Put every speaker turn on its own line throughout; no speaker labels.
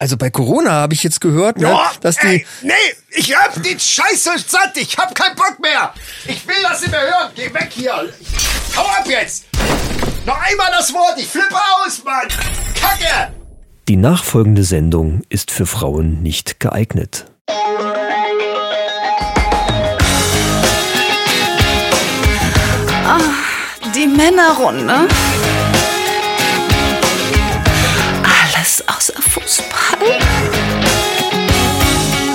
Also bei Corona habe ich jetzt gehört, ne,
Ja,
dass die.
ey, nee, ich hab den Scheiße satt. Ich hab keinen Bock mehr. Ich will das nicht mehr hören. Geh weg hier. Hau ab jetzt. Noch einmal das Wort. Ich flippe aus, Mann. Kacke.
Die nachfolgende Sendung ist für Frauen nicht geeignet.
Die Männerrunde. Alles außer Fußball.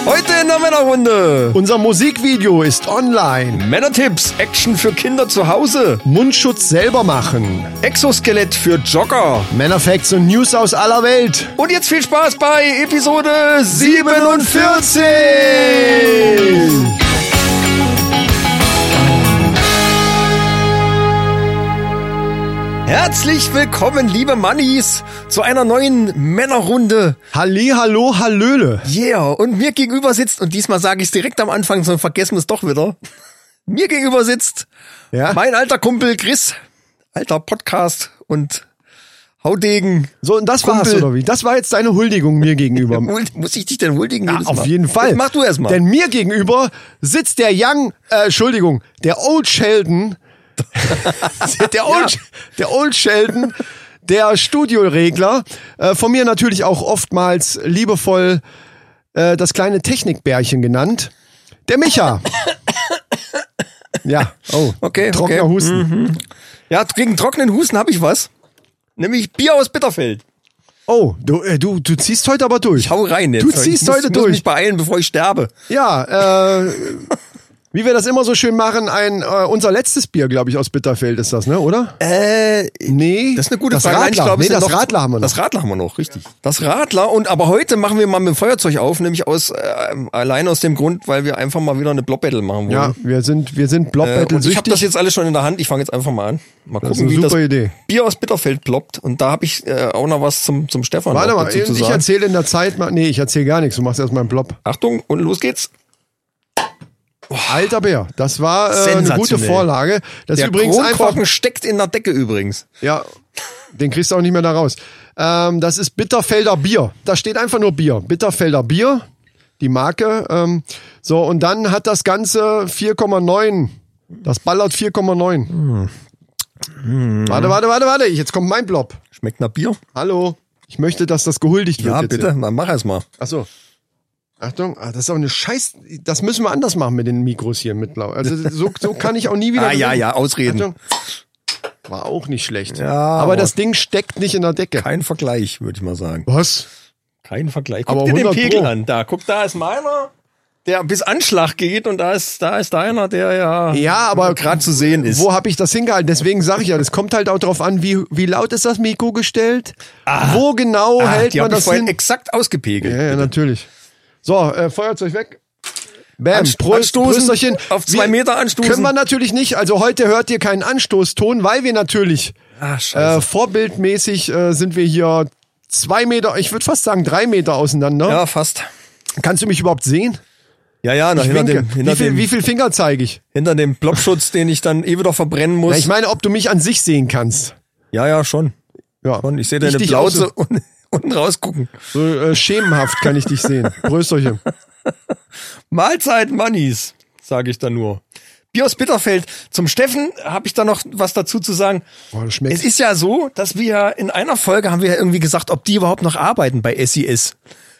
Heute in der Männerrunde.
Unser Musikvideo ist online.
Männertipps, Action für Kinder zu Hause,
Mundschutz selber machen.
Exoskelett für Jogger.
Männerfacts und News aus aller Welt.
Und jetzt viel Spaß bei Episode 47.
47!
Herzlich willkommen, liebe Mannis, zu einer neuen Männerrunde.
Halli, hallo, hallöle.
Yeah, und mir gegenüber sitzt, und diesmal sage ich es direkt am Anfang, sonst vergessen wir es doch wieder. Mir gegenüber sitzt
Ja?
mein alter Kumpel Chris, alter Podcast und Haudegen.
So, und das war's,
Kumpel.
oder wie? Das war jetzt deine Huldigung mir gegenüber.
Hul- Muss ich dich denn huldigen?
Ja,
jedes
auf
Mal?
jeden Fall.
Das mach du erstmal.
Denn mir gegenüber sitzt der Young, äh, Entschuldigung, der Old Sheldon, der Old, der Old Sheldon, der Studioregler, äh, von mir natürlich auch oftmals liebevoll äh, das kleine Technikbärchen genannt, der Micha. ja, oh,
Okay,
trockener
okay. Mhm.
Husten.
Ja, gegen trockenen Husten habe ich was. Nämlich Bier aus Bitterfeld.
Oh, du, äh, du, du ziehst heute aber durch.
Ich hau rein jetzt.
Du ziehst
ich muss,
heute
muss
durch.
mich beeilen, bevor ich sterbe.
Ja, äh, wie wir das immer so schön machen, ein äh, unser letztes Bier, glaube ich, aus Bitterfeld ist das, ne, oder?
Äh,
nee,
das ist eine gute
das
Frage. Nein, ich
Radler.
glaube, es
nee,
sind
das
noch-
Radler haben wir noch.
Das Radler haben wir noch, richtig. Das Radler und aber heute machen wir mal mit dem Feuerzeug auf, nämlich aus äh, allein aus dem Grund, weil wir einfach mal wieder eine Blob Battle machen wollen.
ja, wir sind wir sind
Äh,
Blob-Battle
und ich habe
süchtig.
das jetzt alles schon in der Hand. Ich fange jetzt einfach mal an. Mal gucken,
ist eine
wie
super
das
Idee.
Bier aus Bitterfeld ploppt. Und da habe ich äh, auch noch was zum, zum Stefan
Warte
noch
mal,
dazu zu
ich
sagen.
erzähle in der Zeit mal. Nee, ich erzähle gar nichts. Du machst erstmal einen Blob.
Achtung, und los geht's.
Alter Bär, das war äh, eine gute
Sensationell.
Vorlage. Das ist
Der
übrigens einfach.
Kronkorken steckt in der Decke übrigens.
Ja, den kriegst du auch nicht mehr da raus. Ähm, das ist Bitterfelder Bier. Da steht einfach nur Bier. Bitterfelder Bier, die Marke. Ähm, so, und dann hat das Ganze 4,9. Das ballert 4,9.
Hm.
Warte, warte, warte, warte. Jetzt kommt mein Blob.
Schmeckt nach Bier?
Hallo. Ich möchte, dass das gehuldigt wird.
Ja,
jetzt
bitte. Na, mach erst mal.
Ach so. Achtung, ah, das ist auch eine Scheiß. Das müssen wir anders machen mit den Mikros hier mittlerweile. Also so, so kann ich auch nie wieder.
Ah, ja, ja, ausreden.
Achtung. War auch nicht schlecht.
Ja,
aber
aber-
das Ding steckt nicht in der Decke.
Kein Vergleich, würde ich mal sagen.
Was?
Kein Vergleich. Guck
Aber
dir den
100
Pegel
Pro.
an. Da, guck, da ist meiner, der bis Anschlag geht und da ist, da ist deiner, der ja,
Ja, aber
gerade zu sehen ist.
Wo habe ich das hingehalten? Deswegen sage ich ja, das kommt halt auch darauf an, wie, wie laut ist das Mikro gestellt? Wo genau
Ah,
hält
die
man
habe ich
das
vorhin
hin?
exakt ausgepegelt.
Ja, ja, natürlich. So, äh, Feuerzeug weg. Bam,
Anst-
Prost,
anstoßen,
Prösterchen.
auf zwei
Wir-
Meter anstoßen.
Können wir natürlich nicht. Also heute hört ihr keinen Anstoßton, weil wir natürlich
Ah,
äh, vorbildmäßig äh, sind wir hier zwei Meter, ich würde fast sagen drei Meter auseinander.
ja, fast.
Kannst du mich überhaupt sehen?
Ja, ja, na,
Ich
hinter,
winke.
dem, hinter,
wie, viel,
dem,
wie viel Finger zeige ich?
hinter dem Blockschutz, den ich dann eh wieder verbrennen muss.
Na, ich meine, ob du mich an sich sehen kannst.
ja, ja, schon.
Ja.
Und ich sehe deine
dich
Plauze
auch
und, unten rausgucken.
So, so äh, schemenhaft kann ich dich sehen. Prösterchen.
Mahlzeit Mannis, sage ich dann nur. Bier aus Bitterfeld. Zum Steffen habe ich da noch was dazu zu sagen.
Boah, das schmeckt.
Es ist ja so, dass wir ja in einer Folge haben wir ja irgendwie gesagt, ob die überhaupt noch arbeiten bei SIS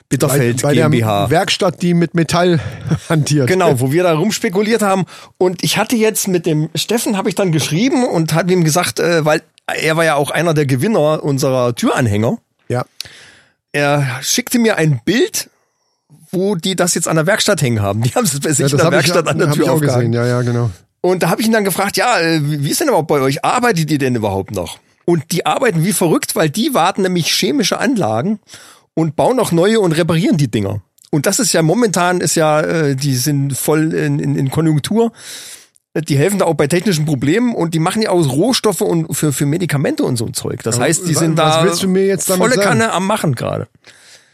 Bitterfeld
bei
GmbH.
der Werkstatt, die mit Metall hantiert.
Genau, wo wir da rumspekuliert haben. Und ich hatte jetzt mit dem Steffen, habe ich dann geschrieben und hat ihm gesagt, äh, weil er war ja auch einer der Gewinner unserer Türanhänger.
Ja.
Er schickte mir ein Bild, wo die das jetzt an der Werkstatt hängen haben. Die haben es bei sich
ja
in der
hab
Werkstatt
ich, ja-
an der
hab
Tür
ich auch
aufgehangen.
gesehen. Ja, ja, genau.
Und da habe ich ihn dann gefragt, ja, äh, wie ist denn überhaupt bei euch? Arbeitet ihr denn überhaupt noch? Und die arbeiten wie verrückt, weil die warten nämlich chemische Anlagen und bauen auch neue und reparieren die Dinger. Und das ist ja momentan, ist ja, äh, die sind voll in, in, in Konjunktur. Die helfen da auch bei technischen Problemen und die machen ja auch Rohstoffe und für, für Medikamente und so ein Zeug. Das heißt, die
wa-
sind
was
da
willst du mir jetzt damit
volle
sagen?
Kanne am Machen gerade.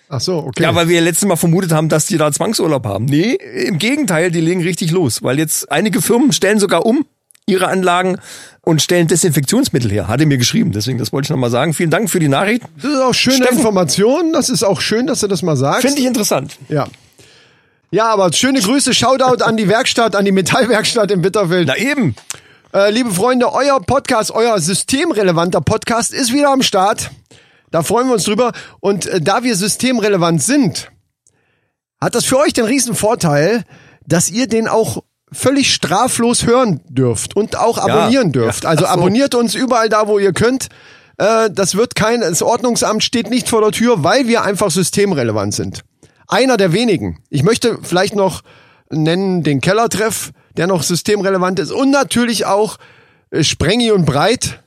Ach so, okay.
Ja, weil wir letztes Mal vermutet haben, dass die da Zwangsurlaub haben. Nee, im Gegenteil, die legen richtig los, weil jetzt einige Firmen stellen sogar um ihre Anlagen und stellen Desinfektionsmittel her. Hat er mir geschrieben, deswegen das wollte ich nochmal sagen. Vielen Dank für die Nachricht.
Das ist auch schöne
Steffen.
Information. Das ist auch schön, dass du das mal sagst.
Finde ich interessant.
Ja. Ja, aber schöne Grüße, Shoutout an die Werkstatt, an die Metallwerkstatt in Bitterfeld.
Na eben.
Äh, liebe Freunde, euer Podcast, euer systemrelevanter Podcast ist wieder am Start. Da freuen wir uns drüber. Und äh, da wir systemrelevant sind, hat das für euch den riesen Vorteil, dass ihr den auch völlig straflos hören dürft und auch abonnieren dürft.
ja,
Also
ach so.
abonniert uns überall da, wo ihr könnt. Äh, das wird kein, das Ordnungsamt steht nicht vor der Tür, weil wir einfach systemrelevant sind. Einer der wenigen. Ich möchte vielleicht noch nennen den Kellertreff, der noch systemrelevant ist und natürlich auch äh, Sprengi und Breit,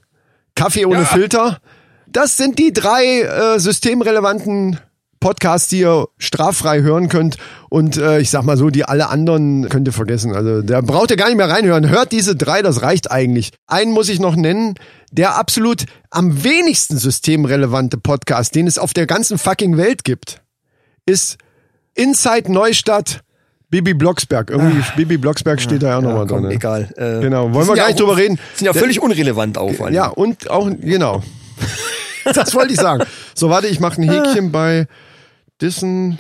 Kaffee ohne Filter. Das sind die drei äh, systemrelevanten Podcasts, die ihr straffrei hören könnt. Und äh, ich sag mal so, die alle anderen könnt ihr vergessen. Also da braucht ihr gar nicht mehr reinhören. Hört diese drei, das reicht eigentlich. Einen muss ich noch nennen, der absolut am wenigsten systemrelevante Podcast, den es auf der ganzen fucking Welt gibt, ist Inside Neustadt Bibi Blocksberg. Irgendwie Bibi Blocksberg steht da ja nochmal
Ah. Komm,
drin.
egal. Äh,
Genau,
die
wollen wir
sind
gar
ja
nicht
auch-
drüber reden.
Sind ja
Der-
völlig unrelevant auch. vor allem.
Ja, und auch, genau. das wollte ich sagen. So, warte, ich mache ein Häkchen bei Dissen.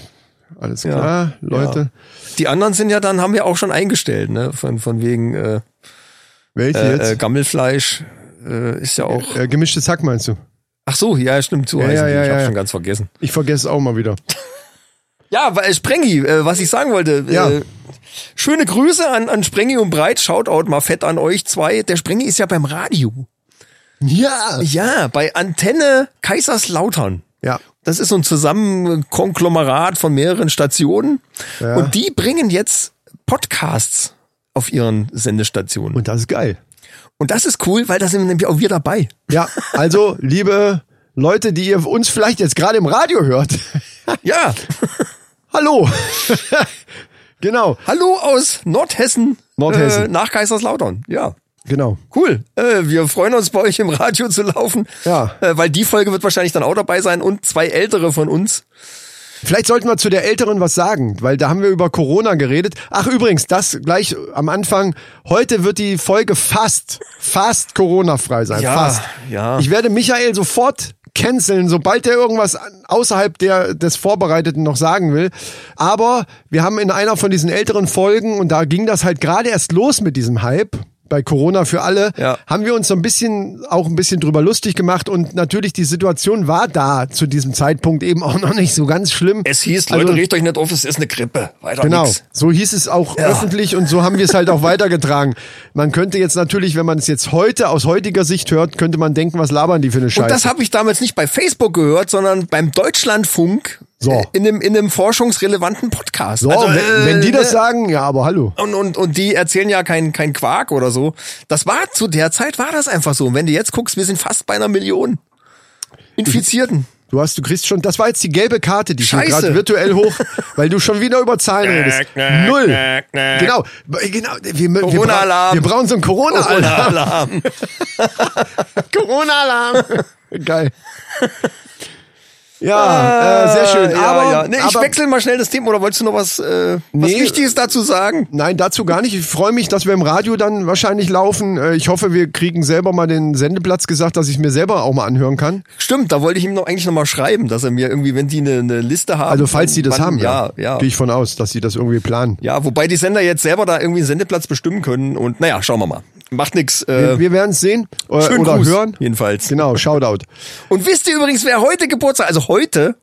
Alles klar, Leute.
Die anderen sind ja dann, haben wir auch schon eingestellt, ne? Von, von wegen äh,
Welche
äh,
jetzt?
Gammelfleisch äh, ist ja auch.
Äh, gemischtes Hack meinst du?
Ach so, ja, stimmt, zu
ja, ja,
ich
ja,
hab's
ja.
schon ganz vergessen.
Ich vergesse es auch mal wieder.
Ja, weil Sprengi, äh, was ich sagen wollte,
Ja.
äh, schöne Grüße an, an Sprengi und Breit, Shoutout mal fett an euch zwei. Der Sprengi ist ja beim Radio.
Ja!
Ja, bei Antenne Kaiserslautern.
Ja.
Das ist so ein Zusammenkonglomerat von mehreren Stationen. Und die bringen jetzt Podcasts auf ihren Sendestationen. Und,
Und das ist geil.
das ist cool, weil da sind nämlich auch wir dabei.
Ja, also, liebe Leute, die ihr uns vielleicht jetzt gerade im Radio hört.
Ja,
Hallo! genau,
hallo aus Nordhessen.
Nordhessen.
Äh, nach Kaiserslautern. Ja,
genau.
cool. Äh, wir freuen uns, bei euch im Radio zu laufen.
Ja.
Äh, weil die Folge wird wahrscheinlich dann auch dabei sein und zwei ältere von uns.
Vielleicht sollten wir zu der Älteren was sagen, weil da haben wir über Corona geredet. Ach übrigens, das gleich am Anfang. Heute wird die Folge fast, fast Corona-frei sein.
Ja,
fast.
ja.
Ich werde Michael sofort canceln, sobald er irgendwas an- außerhalb der, des Vorbereiteten noch sagen will. Aber wir haben in einer von diesen älteren Folgen, und da ging das halt gerade erst los mit diesem Hype bei Corona für alle,
Ja.
haben wir uns so ein bisschen, auch ein bisschen drüber lustig gemacht. Und natürlich, die Situation war da zu diesem Zeitpunkt eben auch noch nicht so ganz schlimm.
Es hieß, Leute,
Also-
regt euch nicht auf, es ist eine Grippe. Weiter
Genau,
nix.
so hieß es auch öffentlich und so haben wir es halt auch weitergetragen. Man könnte jetzt natürlich, wenn man es jetzt heute aus heutiger Sicht hört, könnte man denken, was labern die für eine Scheiße.
Und das habe ich damals nicht bei Facebook gehört, sondern beim Deutschlandfunk
So.
äh, in, einem, in einem forschungsrelevanten Podcast.
so, wenn,
äh,
wenn die das
ne?
sagen, ja, aber hallo.
und, und, und die erzählen ja kein, kein Quark oder so. Das war zu der Zeit war das einfach so. Und wenn du jetzt guckst, wir sind fast bei einer Million Infizierten.
Du hast, du kriegst schon, das war jetzt die gelbe Karte, die steht
Scheiße.
gerade virtuell hoch, weil du schon wieder über Zahlen redest. Null. Genau, genau. Wir, wir,
Corona-Alarm.
Wir, bra- wir brauchen so einen Corona-Alarm.
Alarm.
Corona-Alarm. Geil. Ja, äh, sehr schön.
Ah, Ja,
aber,
ja. Nee, ich
aber
wechsle mal schnell das Thema. Oder wolltest du noch was, äh, was
Nee.
Wichtiges dazu sagen?
Nein, dazu gar nicht. Ich freue mich, dass wir im Radio dann wahrscheinlich laufen. Äh, Ich hoffe, wir kriegen selber mal den Sendeplatz gesagt, dass ich mir selber auch mal anhören kann.
Stimmt, da wollte ich ihm noch eigentlich noch mal schreiben, dass er mir irgendwie, wenn die eine, eine Liste haben.
Also falls die das
wann-
haben,
ja, ja.
gehe ich von aus, dass sie das irgendwie planen.
Ja, wobei die Sender jetzt selber da irgendwie einen Sendeplatz bestimmen können und naja, schauen wir mal. Macht nix. Äh,
Wir werden es sehen äh,
schönen
oder
Gruß,
hören.
Jedenfalls.
Genau, Shoutout.
Und wisst ihr übrigens, wer heute Geburtstag, also heute,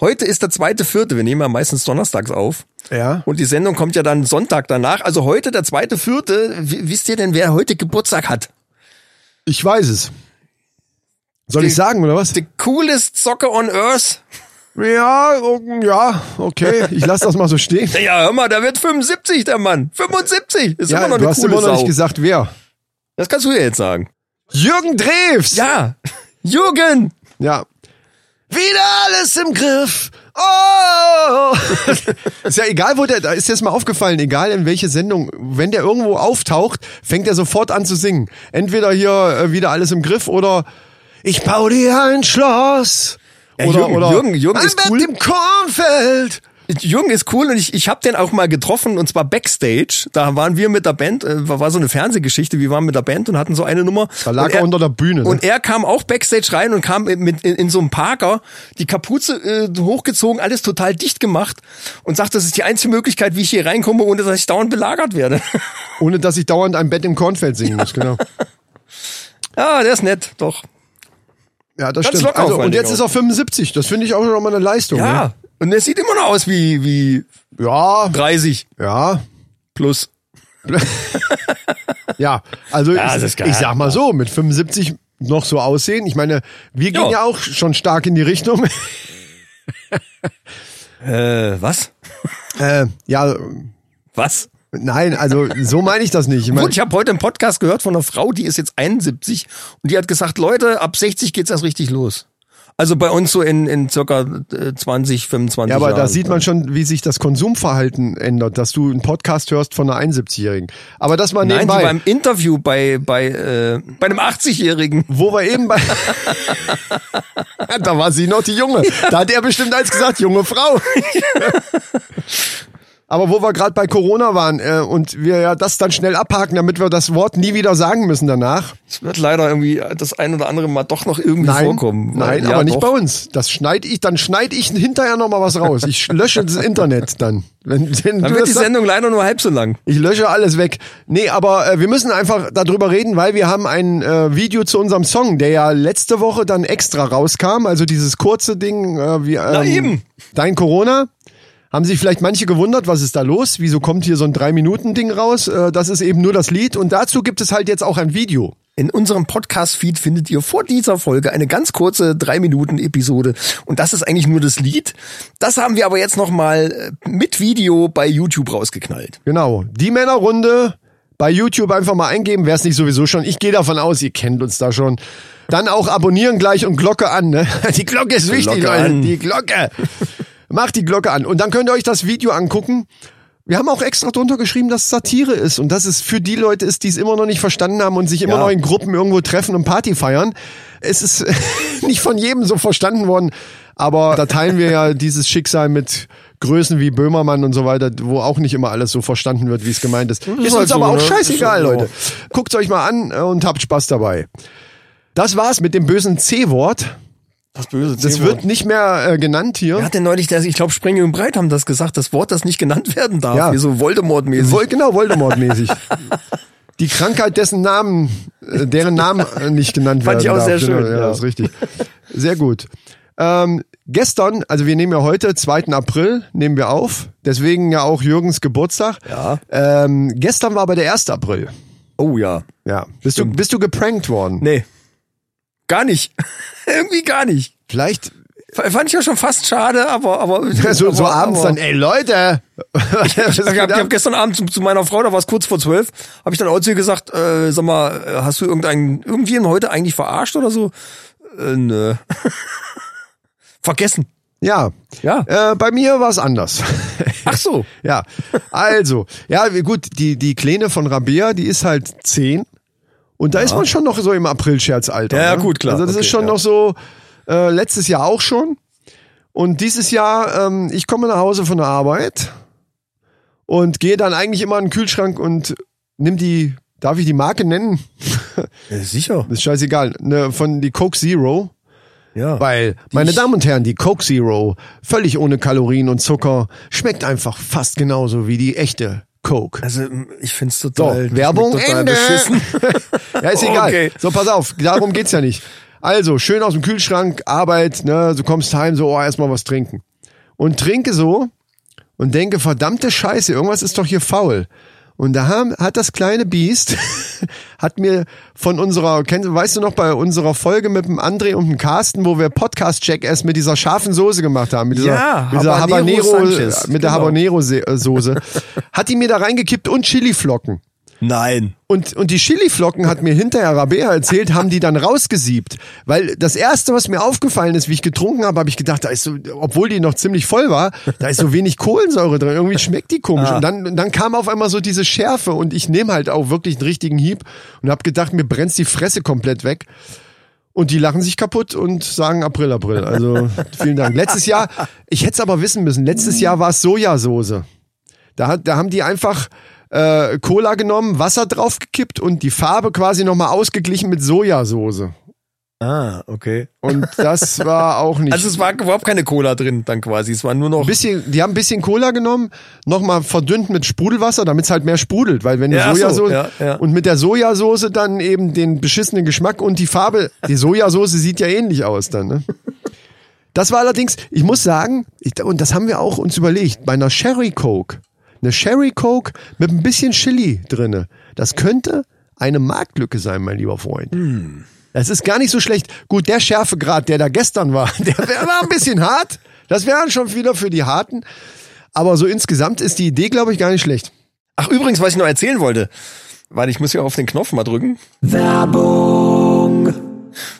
heute ist der zweite Vierte. Wir nehmen ja meistens donnerstags auf.
Ja.
Und die Sendung kommt ja dann Sonntag danach. Also heute der zweite Vierte. W- Wisst ihr denn, wer heute Geburtstag hat?
Ich weiß es. Soll
Die-
ich sagen oder was?
The coolest Soccer on Earth.
Ja, oh, ja, okay. Ich lasse das mal so stehen.
Ja, hör mal, der wird 75, der Mann. 75. Ist
Ja,
immer noch
du
eine
hast
coole
immer noch
Sau.
nicht gesagt, wer.
Das kannst du ja jetzt sagen.
Jürgen Drews.
Ja. Jürgen.
Ja. Wieder alles im Griff. Oh! ist ja egal, wo der, da ist jetzt mal aufgefallen, egal in welche Sendung, wenn der irgendwo auftaucht, fängt er sofort an zu singen. Entweder hier äh, wieder alles im Griff oder ich baue dir ein Schloss.
Ja, Jürgen- Jürgen- Jürgen ist
An
cool.
dem Kornfeld.
Jürgen ist cool und ich, ich habe den auch mal getroffen und zwar backstage. Da waren wir mit der Band, äh, war war so eine Fernsehgeschichte, wir waren mit der Band und hatten so eine Nummer.
Da lag
und
er unter der Bühne, ne?
Und er kam auch backstage rein und kam mit, in, in so einem Parker, die Kapuze äh, hochgezogen, alles total dicht gemacht und sagt, das ist die einzige Möglichkeit, wie ich hier reinkomme, ohne dass ich dauernd belagert werde.
ne? Ohne dass ich dauernd ein Bett im Kornfeld singen muss, genau.
ja, Ah, der ist nett, doch.
Ja, das
Ganz
stimmt.
locker
Also,
vor allen
und jetzt
Dingen
ist er 75. Das finde ich auch schon mal eine Leistung.
Ja. Und er sieht immer noch aus wie, wie
Ne? Ja,
30
ja,
plus.
ja. Also
Ja, das
ich,
ist geil.
ich sag mal so, mit 75 noch so aussehen. Ich meine, wir gehen
Ja.
ja, auch schon stark in die Richtung.
Äh, was?
äh, ja,
Was?
nein, also so meine ich das nicht. Ich
Gut,
mein,
ich habe heute einen Podcast gehört von einer Frau, die ist jetzt 71 und die hat gesagt, Leute, ab 60 geht's erst richtig los. Also bei uns so in, in circa äh, 20, 25
ja, aber
Jahren.
da sieht man schon, wie sich das Konsumverhalten ändert, dass du einen Podcast hörst von einer 71-Jährigen. Aber das mal
Nein, die
nebenbei.
beim Interview bei, bei, äh, bei einem 80-Jährigen.
wo wir eben bei. da war sie noch die Junge. Da hat er bestimmt eins gesagt, junge Frau. Aber wo wir gerade bei Corona waren äh, und wir ja das dann schnell abhaken, damit wir das Wort nie wieder sagen müssen danach.
Es wird leider irgendwie das ein oder andere Mal doch noch irgendwie
Nein,
vorkommen.
nein,
Ja,
aber nicht
doch.
bei uns. Das schneid ich, dann schneid ich hinterher noch mal was raus. Ich lösche das Internet dann. Wenn,
Dann
wenn du
wird
das
die
sagst.
Sendung leider nur halb so lang.
Ich lösche alles weg. Nee, aber äh, wir müssen einfach darüber reden, weil wir haben ein äh, Video zu unserem Song, der ja letzte Woche dann extra rauskam. Also dieses kurze Ding äh, wie ähm,
eben.
Dein Corona. Haben sich vielleicht manche gewundert, was ist da los? Wieso kommt hier so ein Drei-Minuten-Ding raus? Äh, das ist eben nur das Lied. Und dazu gibt es halt jetzt auch ein Video.
In unserem Podcast-Feed findet ihr vor dieser Folge eine ganz kurze 3-Minuten-Episode. Und das ist eigentlich nur das Lied. Das haben wir aber jetzt nochmal mit Video bei YouTube rausgeknallt.
Genau. Die Männerrunde bei YouTube einfach mal eingeben, wer es nicht sowieso schon. Ich gehe davon aus, ihr kennt uns da schon. Dann auch abonnieren gleich und Glocke an. Ne? Die Glocke ist wichtig,
Glocke
Leute.
an.
Die Glocke. Macht die Glocke an. Und dann könnt ihr euch das Video angucken. Wir haben auch extra drunter geschrieben, dass es Satire ist und dass es für die Leute ist, die es immer noch nicht verstanden haben und sich immer
Ja.
noch in Gruppen irgendwo treffen und Party feiern. Es ist nicht von jedem so verstanden worden, aber da teilen wir ja dieses Schicksal mit Größen wie Böhmermann und so weiter, wo auch nicht immer alles so verstanden wird, wie es gemeint ist. Ist,
halt
uns
so,
aber auch
ne?
scheißegal,
Ist so,
Leute. Guckt's euch mal an äh, und habt Spaß dabei. Das war's mit dem bösen C-Wort.
Das böse
Das wird nicht mehr äh, genannt hier.
Er hat ja neulich, das, ich glaube, Sprengel und Breit haben das gesagt, das Wort, das nicht genannt werden darf.
Ja.
Wie so Voldemort-mäßig.
Vol genau, Voldemort-mäßig. Die Krankheit, dessen Namen, äh, deren Namen äh, nicht genannt
Fand
werden
ich auch sehr
darf. genau,
schön,
Ja,
ja.
ist richtig. Sehr gut. Ähm, gestern, also wir nehmen ja heute, 2. April, nehmen wir auf. Deswegen ja auch Jürgens Geburtstag.
Ja.
Ähm, gestern war aber der 1. April.
oh ja.
Ja. Bist du, bist du geprankt worden?
Nee. Gar nicht. Irgendwie gar nicht.
Vielleicht
F- Fand ich ja schon fast schade, aber... aber
so, so
aber-
abends
aber-
dann, ey Leute. Ich,
Ich habe hab gestern Abend zu, zu meiner Frau, da war es kurz vor zwölf, habe ich dann auch zu ihr gesagt, äh, sag mal, äh, hast du irgendeinen, irgendjemanden heute eigentlich verarscht oder so? Äh, nö. Vergessen.
ja.
Ja.
Äh, bei mir war es anders.
Ach so.
Ja, also, ja, gut, die, die Kleine von Rabea, die ist halt 10. Und da ist man schon noch so im April-Scherzalter.
Ja, ja,
ne?
gut, klar.
Also, das
Okay,
ist schon
ja.
noch so, äh, letztes Jahr auch schon. Und dieses Jahr, ähm, ich komme nach Hause von der Arbeit und gehe dann eigentlich immer in den Kühlschrank und nimm die, darf ich die Marke nennen?
Äh, sicher.
Ist scheißegal, ne, von die Coke Zero.
Ja.
Weil, meine Damen und Herren, die Coke Zero, völlig ohne Kalorien und Zucker, schmeckt einfach fast genauso wie die echte Coke.
Also m, ich find's
So,
total
Werbung
total
Ende.
beschissen.
ja, ist egal.
Okay.
So, pass auf, darum geht's ja nicht. Also, schön aus dem Kühlschrank, Arbeit, ne, du kommst heim, so, oh, erstmal was trinken. Und trinke so und denke, verdammte Scheiße, irgendwas ist doch hier faul. Und da haben, hat das kleine Biest, hat mir von unserer, kennst, weißt du noch, bei unserer Folge mit dem André und dem Carsten, wo wir Podcast-Check-Ass mit dieser scharfen Soße gemacht haben, mit dieser,
Ja,
mit dieser
Habanero
Habanero,
Sanchez,
mit der
genau.
Habanero-Soße, hat die mir da reingekippt und Chili-Flocken.
Nein.
Und, und die Chiliflocken hat mir hinterher Rabea erzählt, haben die dann rausgesiebt. Weil das erste, was mir aufgefallen ist, wie ich getrunken habe, habe ich gedacht, da ist so, obwohl die noch ziemlich voll war, da ist so wenig Kohlensäure drin. Irgendwie schmeckt die komisch. Und dann, und dann kam auf einmal so diese Schärfe und ich nehme halt auch wirklich einen richtigen Hieb und habe gedacht, mir brennt die Fresse komplett weg. Und die lachen sich kaputt und sagen April, April. Also vielen Dank. Letztes Jahr, ich hätte es aber wissen müssen, letztes Jahr war es Sojasauce. Da, hat- da haben die einfach äh, Cola genommen, Wasser draufgekippt und die Farbe quasi nochmal ausgeglichen mit Sojasauce.
Ah, okay.
Und das war auch nicht.
Also es war überhaupt keine Cola drin dann quasi. Es war nur noch.
Ein bisschen, die haben ein bisschen Cola genommen, nochmal verdünnt mit Sprudelwasser, damit es halt mehr sprudelt, weil wenn die
Ja, ach so,
Sojasauce
ja, ja.
und mit der Sojasauce dann eben den beschissenen Geschmack und die Farbe, die Sojasauce sieht ja ähnlich aus dann. Ne? Das war allerdings, ich muss sagen, ich, und das haben wir auch uns überlegt, bei einer Sherry Coke, eine Sherry Coke mit ein bisschen Chili drinne, das könnte eine Marktlücke sein, mein lieber Freund. Das ist gar nicht so schlecht. Gut, der Schärfegrad, der da gestern war, der wär- war ein bisschen hart. Das wären schon wieder für die Harten. Aber so insgesamt ist die Idee, glaube ich, gar nicht schlecht.
Ach übrigens, was ich noch erzählen wollte. Warte, ich muss hier auf den Knopf mal drücken. Werbung.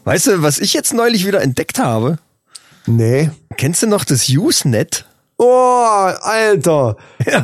Weißt du, was ich jetzt neulich wieder entdeckt habe?
Nee.
Kennst du noch das Usenet?
Oh, Alter.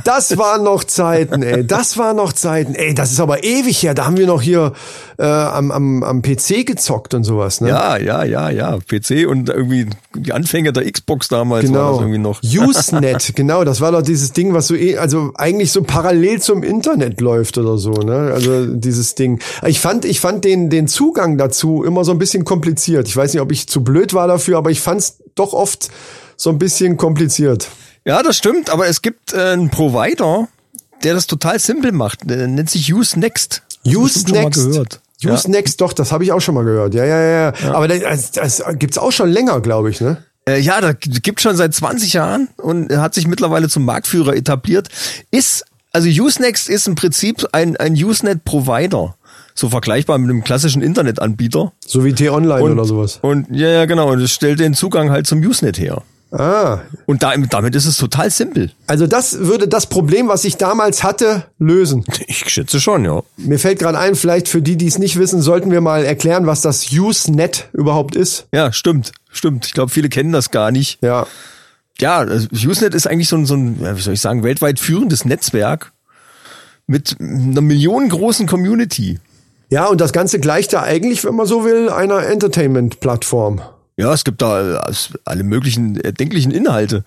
Das waren noch Zeiten, ey. Das waren noch Zeiten. Ey, das ist aber ewig her. Da haben wir noch hier äh, am, am, am PC gezockt und sowas, ne?
Ja, ja, ja, ja. PC und irgendwie die Anfänge der Xbox damals war
Genau.
das irgendwie noch.
Usenet, genau, das war doch dieses Ding, was so eh, also eigentlich so parallel zum Internet läuft oder so, ne? Also dieses Ding. Ich fand, ich fand den, den Zugang dazu immer so ein bisschen kompliziert. Ich weiß nicht, ob ich zu blöd war dafür, aber ich fand's doch oft so ein bisschen kompliziert.
Ja, das stimmt, aber es gibt äh, einen Provider, der das total simpel macht. Der nennt sich Usenext. Hast du bestimmt schon mal
Usenext.
gehört.
Usenext, doch, das habe ich auch schon mal gehört. Ja, ja, ja. ja. Aber das, das gibt's auch schon länger, glaube ich, ne?
Äh, ja, das gibt schon seit 20 Jahren und hat sich mittlerweile zum Marktführer etabliert. Ist, also Usenext ist im Prinzip ein, ein Usenet-Provider. So vergleichbar mit einem klassischen Internetanbieter.
So wie T-Online
Und-
oder sowas.
Und ja, ja, genau. Und es stellt den Zugang halt zum Usenet her.
Ah,
Und da, damit ist es total simpel.
also das würde das Problem, was ich damals hatte, lösen.
Ich schätze schon, ja.
Mir fällt gerade ein, vielleicht für die, die es nicht wissen, sollten wir mal erklären, was das Usenet überhaupt ist.
Ja, stimmt, stimmt. Ich glaube, viele kennen das gar nicht.
Ja.
ja, also Usenet ist eigentlich so ein, so ein, ja, wie soll ich sagen, weltweit führendes Netzwerk mit einer millionengroßen Community.
Ja, und das Ganze gleicht da eigentlich, wenn man so will, einer Entertainment-Plattform.
Ja, es gibt da äh, aus- alle möglichen erdenklichen Inhalte.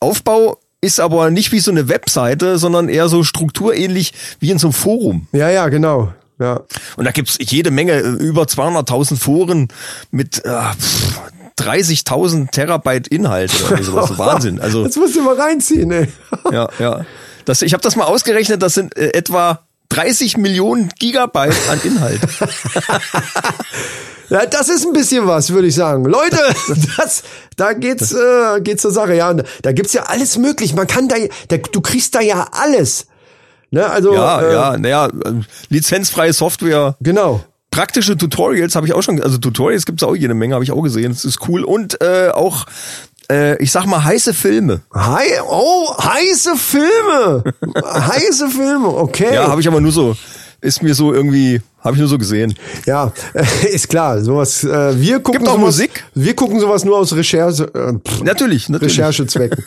Aufbau ist aber nicht wie so eine Webseite, sondern eher so strukturähnlich wie in so einem Forum.
Ja, ja, genau. Ja.
Und da gibt's jede Menge, äh, über 200.000 Foren mit äh, pff, 30.000 Terabyte Inhalt oder sowas. Wahnsinn. Also
Jetzt musst du mal reinziehen, ey.
ja, ja. Das, ich habe das mal ausgerechnet, das sind äh, etwa 30 Millionen Gigabyte an Inhalt.
Ja, das ist ein bisschen was, würde ich sagen. Leute, das, da geht's, äh, geht's zur Sache. Ja, und da gibt's ja alles möglich. Man kann da, da du kriegst da ja alles. Ne, also,
ja,
äh,
ja, naja, äh, lizenzfreie Software.
genau.
Praktische Tutorials habe ich auch schon, also Tutorials gibt's auch jede Menge, habe ich auch gesehen. Das ist cool. Und äh, auch, äh, ich sag mal, heiße Filme.
Hei oh, heiße Filme. heiße Filme, okay.
Ja, habe ich aber nur so, ist mir so irgendwie, habe ich nur so gesehen.
Ja, ist klar. Sowas, äh, wir gucken
Gibt auch
sowas,
Musik?
Wir gucken sowas nur aus Recherche, äh, pff,
Natürlich, natürlich.
Recherchezwecken.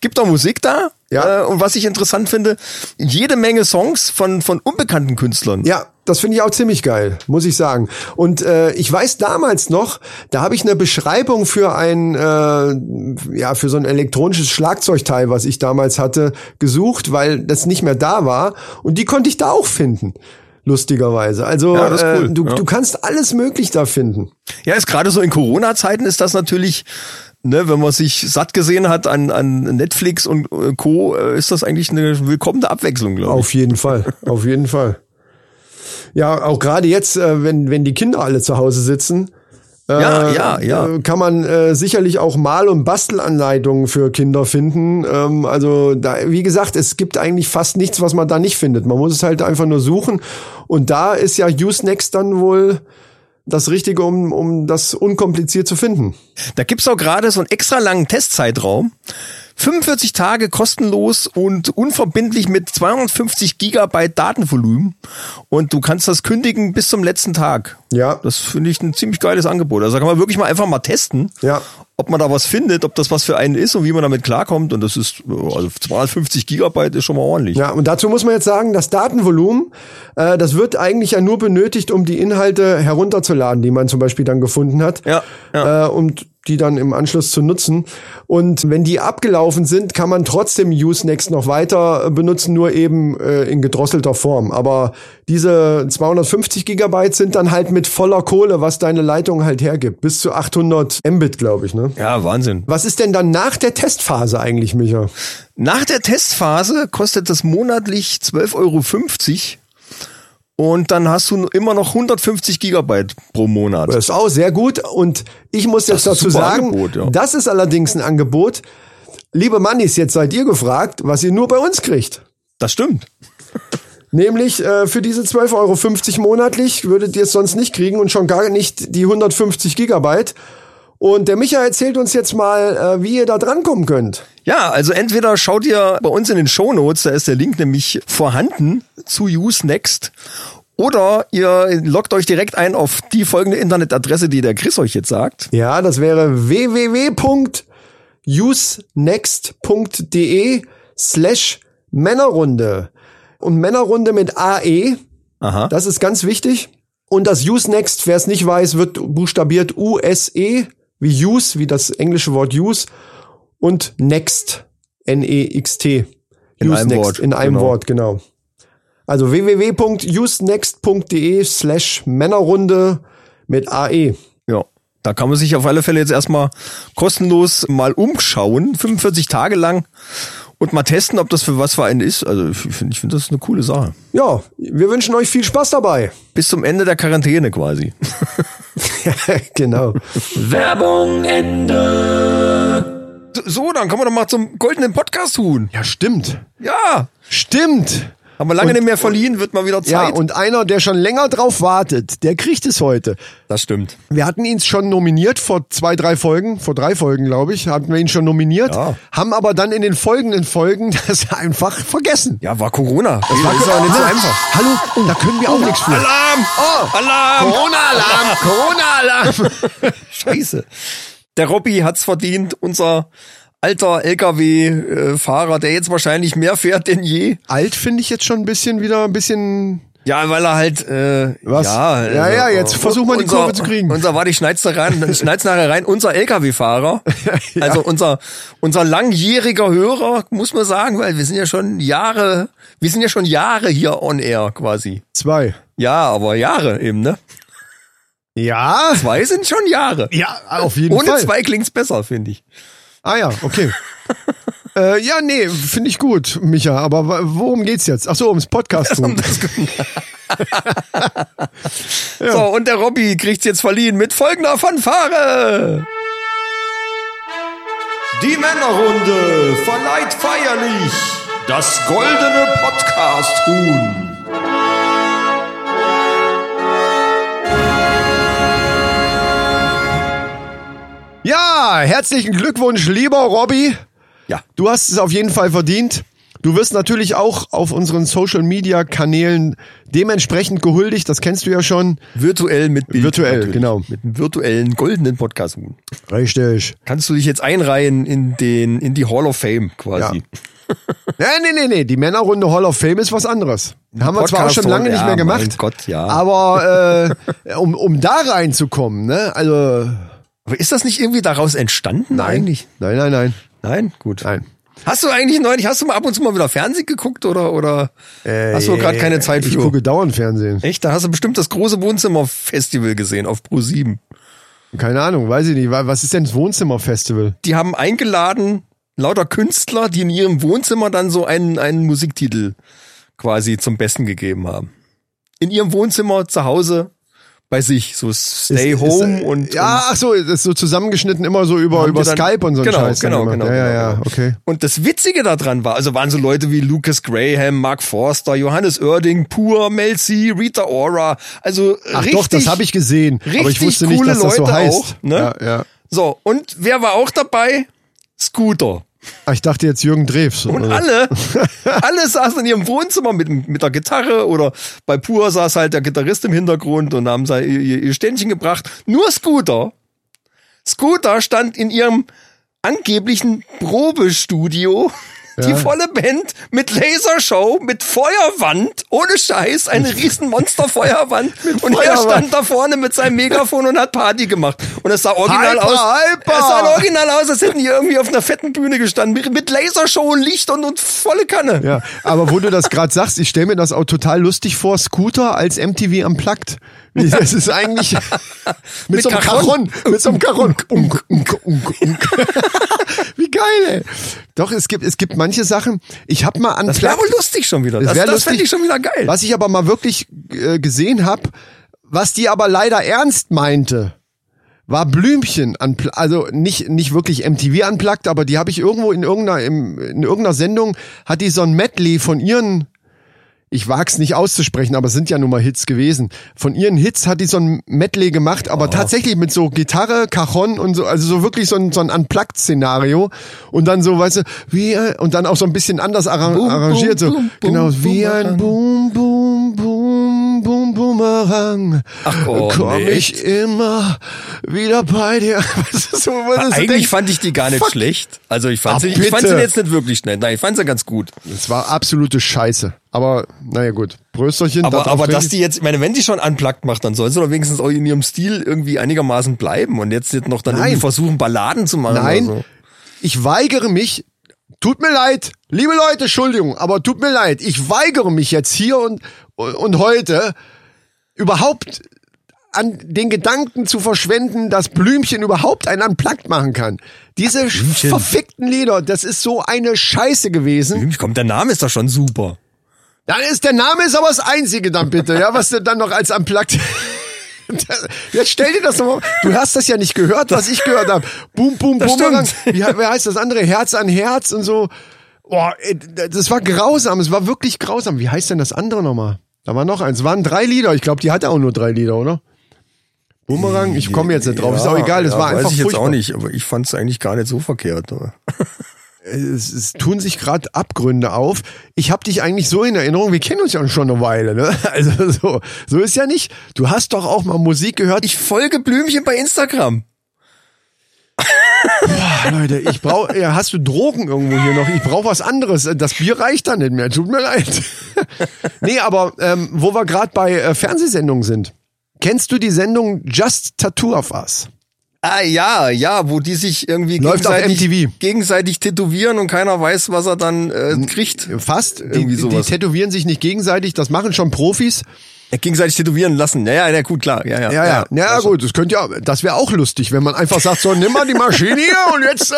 Gibt auch Musik da.
Ja.
Äh, und was ich interessant finde, jede Menge Songs von, von unbekannten Künstlern.
ja, das finde ich auch ziemlich geil, muss ich sagen. Und äh, ich weiß damals noch, da habe ich eine Beschreibung für ein, äh, ja, für so ein elektronisches Schlagzeugteil, was ich damals hatte, gesucht, weil das nicht mehr da war. Und die konnte ich da auch finden. Lustigerweise. Also
Ja, das ist cool,
äh, du,
ja.
du kannst alles möglich da finden.
Ja, ist gerade so in Corona-Zeiten ist das natürlich, ne, wenn man sich satt gesehen hat an, an Netflix und äh, Co., äh, ist das eigentlich eine willkommene Abwechslung, glaube ich.
Auf jeden Fall, auf jeden Fall. Ja, auch gerade jetzt, äh, wenn, wenn die Kinder alle zu Hause sitzen, äh,
Ja, ja, ja.
äh, kann man äh, sicherlich auch Mal- und Bastelanleitungen für Kinder finden. Ähm, also, da, wie gesagt, es gibt eigentlich fast nichts, was man da nicht findet. Man muss es halt einfach nur suchen. Und da ist ja Usenext dann wohl das Richtige, um, um das unkompliziert zu finden.
Da gibt's auch gerade so einen extra langen Testzeitraum 45 Tage kostenlos und unverbindlich mit 250 Gigabyte Datenvolumen. Und du kannst das kündigen bis zum letzten Tag.
Ja.
Das finde ich ein ziemlich geiles Angebot. Also da kann man wirklich mal einfach mal testen,
Ja.
ob man da was findet, ob das was für einen ist und wie man damit klarkommt. Und das ist, äh, also 250 Gigabyte ist schon mal ordentlich.
Ja, und dazu muss man jetzt sagen, das Datenvolumen, äh, das wird eigentlich ja nur benötigt, um die Inhalte herunterzuladen, die man zum Beispiel dann gefunden hat,
Ja, ja.
Äh, um die dann im Anschluss zu nutzen. Und wenn die abgelaufen sind, kann man trotzdem Usenext noch weiter äh, benutzen, nur eben äh, in gedrosselter Form. Aber diese 250 Gigabyte sind dann halt mit voller Kohle, was deine Leitung halt hergibt. Bis zu 800 Mbit, glaube ich, ne?
Ja, Wahnsinn.
Was ist denn dann nach der Testphase eigentlich, Micha?
Nach der Testphase kostet das monatlich 12,50 Euro und dann hast du immer noch 150 Gigabyte pro Monat.
Das ist auch sehr gut. Und ich muss jetzt
Das ist
dazu
ein super
sagen,
Angebot, ja.
das ist allerdings ein Angebot. Liebe Mannis, jetzt seid ihr gefragt, was ihr nur bei uns kriegt.
Das stimmt.
Nämlich äh, für diese 12,50 Euro monatlich würdet ihr es sonst nicht kriegen und schon gar nicht die 150 Gigabyte. Und der Micha erzählt uns jetzt mal, äh, wie ihr da drankommen könnt.
Ja, also entweder schaut ihr bei uns in den Shownotes, da ist der Link nämlich vorhanden zu Use Next. Oder ihr loggt euch direkt ein auf die folgende Internetadresse, die der Chris euch jetzt sagt.
Ja, das wäre www.usenext.de slash Männerrunde. Und Männerrunde mit E. AE.
Aha.
Das ist ganz wichtig. Und das Use Next, wer es nicht weiß, wird buchstabiert U-S-E, wie Use, wie das englische Wort Use. Und Next, E N-E-X-T.
In einem Wort,
In einem
genau.
Wort, genau. Also www.usenext.de E slash Männerrunde mit E. AE.
Ja. Da kann man sich auf alle Fälle jetzt erstmal kostenlos mal umschauen, 45 Tage lang und mal testen, ob das für was für einen ist. Also ich finde, ich finde das ist eine coole Sache.
Ja, wir wünschen euch viel Spaß dabei.
Bis zum Ende der Quarantäne quasi.
genau.
Werbung Ende.
So, dann kommen wir doch mal zum goldenen Podcast tun.
Ja, stimmt.
Ja.
Stimmt.
Haben wir lange nicht mehr verliehen, wird mal wieder Zeit.
Ja, und einer, der schon länger drauf wartet, der kriegt es heute.
das stimmt.
Wir hatten ihn schon nominiert vor zwei, drei Folgen, vor drei Folgen, glaube ich, hatten wir ihn schon nominiert,
Ja.
haben aber dann in den folgenden Folgen das einfach vergessen.
Ja, war Corona. Das war
Ist
ist
aber
auch nicht so
Ah,
einfach. Oh.
Hallo, da können wir auch nichts für.
Alarm! Alarm!
Corona-Alarm, Corona-Alarm.
Scheiße. Der Robby hat's verdient, unser alter LKW-Fahrer, der jetzt wahrscheinlich mehr fährt denn je.
Alt finde ich jetzt schon ein bisschen wieder, ein bisschen,
Ja, weil er halt äh,
Was?
Ja,
Ja,
äh,
ja, jetzt
äh,
versuch mal die
unser,
Kurve zu kriegen.
Unser warte, ich schneid's da rein, dann schneid's nachher rein. Unser LKW-Fahrer, also unser unser langjähriger Hörer, muss man sagen, weil wir sind ja schon Jahre, wir sind ja schon Jahre hier on air quasi.
zwei.
Ja, aber Jahre eben, ne?
Ja?
Zwei sind schon Jahre.
Ja, auf jeden
Ohne
Fall.
zwei klingt's besser, finde ich.
Ah ja, okay. äh, ja, nee, finde ich gut, Micha, aber wa- worum geht's jetzt? Ach so, ums Podcast.
Um So, und der Robby kriegt's jetzt verliehen mit folgender Fanfare. Die Männerrunde verleiht feierlich das goldene Podcast-Huhn.
Ja, herzlichen Glückwunsch, lieber Robby.
Ja.
Du hast es auf jeden Fall verdient. Du wirst natürlich auch auf unseren Social Media Kanälen dementsprechend gehuldigt, das kennst du ja schon.
Virtuell mit Bild.
Virtuell, genau.
Mit einem virtuellen goldenen Podcast-Huhn.
Richtig.
Kannst du dich jetzt einreihen in den, in die Hall of Fame quasi.
Ja. Nee, nee, nee, nee, die Männerrunde Hall of Fame ist was anderes. Haben wir zwar auch schon
Podcast-Hall,
lange nicht
ja,
mehr gemacht.
mein Gott, ja.
Aber äh, um, um da reinzukommen, ne? Also
Aber ist das nicht irgendwie daraus entstanden eigentlich?
Nein, nein, nein.
Nein? Gut.
Nein.
Hast du eigentlich neulich, hast du mal ab und zu mal wieder Fernsehen geguckt oder, oder hast du gerade keine Zeit
Äh, Ich
für?
gucke dauernd Fernsehen.
Echt? Da hast du bestimmt das große Wohnzimmerfestival gesehen auf Pro7.
Keine Ahnung, weiß ich nicht. Wa- Was ist denn das Wohnzimmerfestival?
Die haben eingeladen lauter Künstler, die in ihrem Wohnzimmer dann so einen, einen Musiktitel quasi zum Besten gegeben haben. In ihrem Wohnzimmer zu Hause bei sich, so Stay
Ist-
Home
ist, äh,
und
Ja, ach so, das ist so zusammengeschnitten immer so über,
Haben
über
die dann-
Skype und so ein
genau,
Scheiß. dann
Genau,
immer.
genau,
ja,
genau,
ja, ja,
genau.
okay.
Und das Witzige daran war, also waren so Leute wie Lucas Graham, Mark Forster, Johannes Oerding, Pur, Mel C, Rita Ora, also
Ach
richtig.
doch, das habe ich gesehen. Aber ich
richtig
wusste nicht,
coole
dass das so
Leute
heißt.
auch, ne?
ja, ja.
So, und wer war auch dabei? Scooter.
Ah, ich dachte jetzt Jürgen Drews.
Und alle, alle saßen in ihrem Wohnzimmer mit, mit der Gitarre oder bei Pur saß halt der Gitarrist im Hintergrund und haben sein, ihr, ihr Ständchen gebracht. Nur Scooter. Scooter stand in ihrem angeblichen Probestudio. Die volle Band mit Lasershow, mit Feuerwand, ohne Scheiß, eine riesen Monsterfeuerwand. und er
Feuerwand.
stand da vorne mit seinem Megafon und hat Party gemacht. Und es sah original
Hyper,
aus.
hyper.
Es sah original aus, als hätten die irgendwie auf einer fetten Bühne gestanden. Mit, mit Lasershow und Licht und, und volle Kanne.
Ja, aber wo du das gerade sagst, ich stelle mir das auch total lustig vor, Scooter als MTV unplugged. Wie- Das ist eigentlich mit,
Mit
so einem
Cajon.
Cajon, mit so einem Cajon. Unk, unk, unk, unk. Wie geil, ey. Doch, es gibt, es gibt manche Sachen. Ich hab mal an
Das wäre wohl lustig schon wieder. Das, das, fände ich schon wieder geil.
Was ich aber mal wirklich äh, gesehen habe, was die aber leider ernst meinte, war Blümchen an also nicht nicht wirklich MTV anplagt, aber die habe ich irgendwo in irgendeiner im, in irgendeiner Sendung hat die so ein Medley von ihren ich wag's nicht auszusprechen, aber es sind ja nun mal Hits gewesen. Von ihren Hits hat die so ein Medley gemacht, aber tatsächlich mit so Gitarre, Cajon und so, also so wirklich so ein, so ein Unplugged-Szenario. Und dann so, weißt du, wie, ein- und dann auch so ein bisschen anders arran
Boom,
arrangiert, so,
boom, boom, boom,
genau, wie
Boomerang.
ein Boom, Boom, Boom, Boom, Boomerang.
Ach, oh,
komm
nicht.
ich immer wieder bei dir. Weißt du, so, wo du so
Eigentlich
denkst,
fand ich die gar nicht
fuck,
schlecht. Also ich fand sie,
Ach,
ich fand sie
bitte.
jetzt nicht wirklich schlecht. Nein, ich fand sie ganz gut.
Das war absolute Scheiße. Aber, naja, gut. Brösterchen.
Aber,
darauf
aber
trinke
dass
ich-
die jetzt, ich meine, wenn die schon unplugged macht, dann soll sie doch wenigstens auch in ihrem Stil irgendwie einigermaßen bleiben und jetzt nicht noch dann irgendwie
Nein.
versuchen, Balladen zu machen.
Nein,
Oder so.
ich weigere mich. Tut mir leid, liebe Leute, Entschuldigung, aber tut mir leid. Ich weigere mich jetzt hier und, und heute überhaupt an den Gedanken zu verschwenden, dass Blümchen überhaupt einen Unplugged machen kann. Diese verfickten Lieder, das ist so eine Scheiße gewesen.
Blümchen, Komm, der Name ist doch schon super.
Dann ist der Name ist aber das Einzige dann bitte, ja, was du dann noch als Unplugged... Jetzt stell dir das nochmal. Du hast das ja nicht gehört, was ich gehört habe. Boom, boom,
Das
boom.
stimmt.
Wie, he- wie heißt das andere? Herz an Herz und so. Boah, ey, d- das war grausam. Es war wirklich grausam. Wie heißt denn das andere nochmal? Da war noch eins. Es waren drei Lieder. Ich glaube, die hatte auch nur drei Lieder, oder? Bumerang, ich komme jetzt nicht drauf. ist auch egal. Das
ja,
war
weiß
einfach
ich jetzt
furchtbar.
auch nicht, aber ich fand es eigentlich gar nicht so verkehrt.
Es, es tun sich gerade Abgründe auf. Ich habe dich eigentlich so in Erinnerung. Wir kennen uns ja schon eine Weile, ne? Also so, so ist ja nicht. Du hast doch auch mal Musik gehört.
Ich folge Blümchen bei Instagram.
Leute, ich brauche, ja, hast du Drogen irgendwo hier noch? Ich brauche was anderes. Das Bier reicht dann nicht mehr. Tut mir leid. nee, aber ähm, wo wir gerade bei äh, Fernsehsendungen sind. Kennst du die Sendung Just Tattoo of Us?
Ah ja, ja, wo die sich irgendwie
Läuft auf
gegenseitig,
MTV.
gegenseitig tätowieren und keiner weiß, was er dann äh, kriegt.
Fast. Die,
Irgendwie
die die
sowas.
tätowieren sich nicht gegenseitig. Das machen schon Profis.
Äh, Gegenseitig tätowieren lassen. Ja, ja, ja, gut, klar. Ja, ja,
Ja, ja. Also. Na ja, gut, das könnte ja, das wäre auch lustig, wenn man einfach sagt, so, nimm mal die Maschine hier und jetzt äh,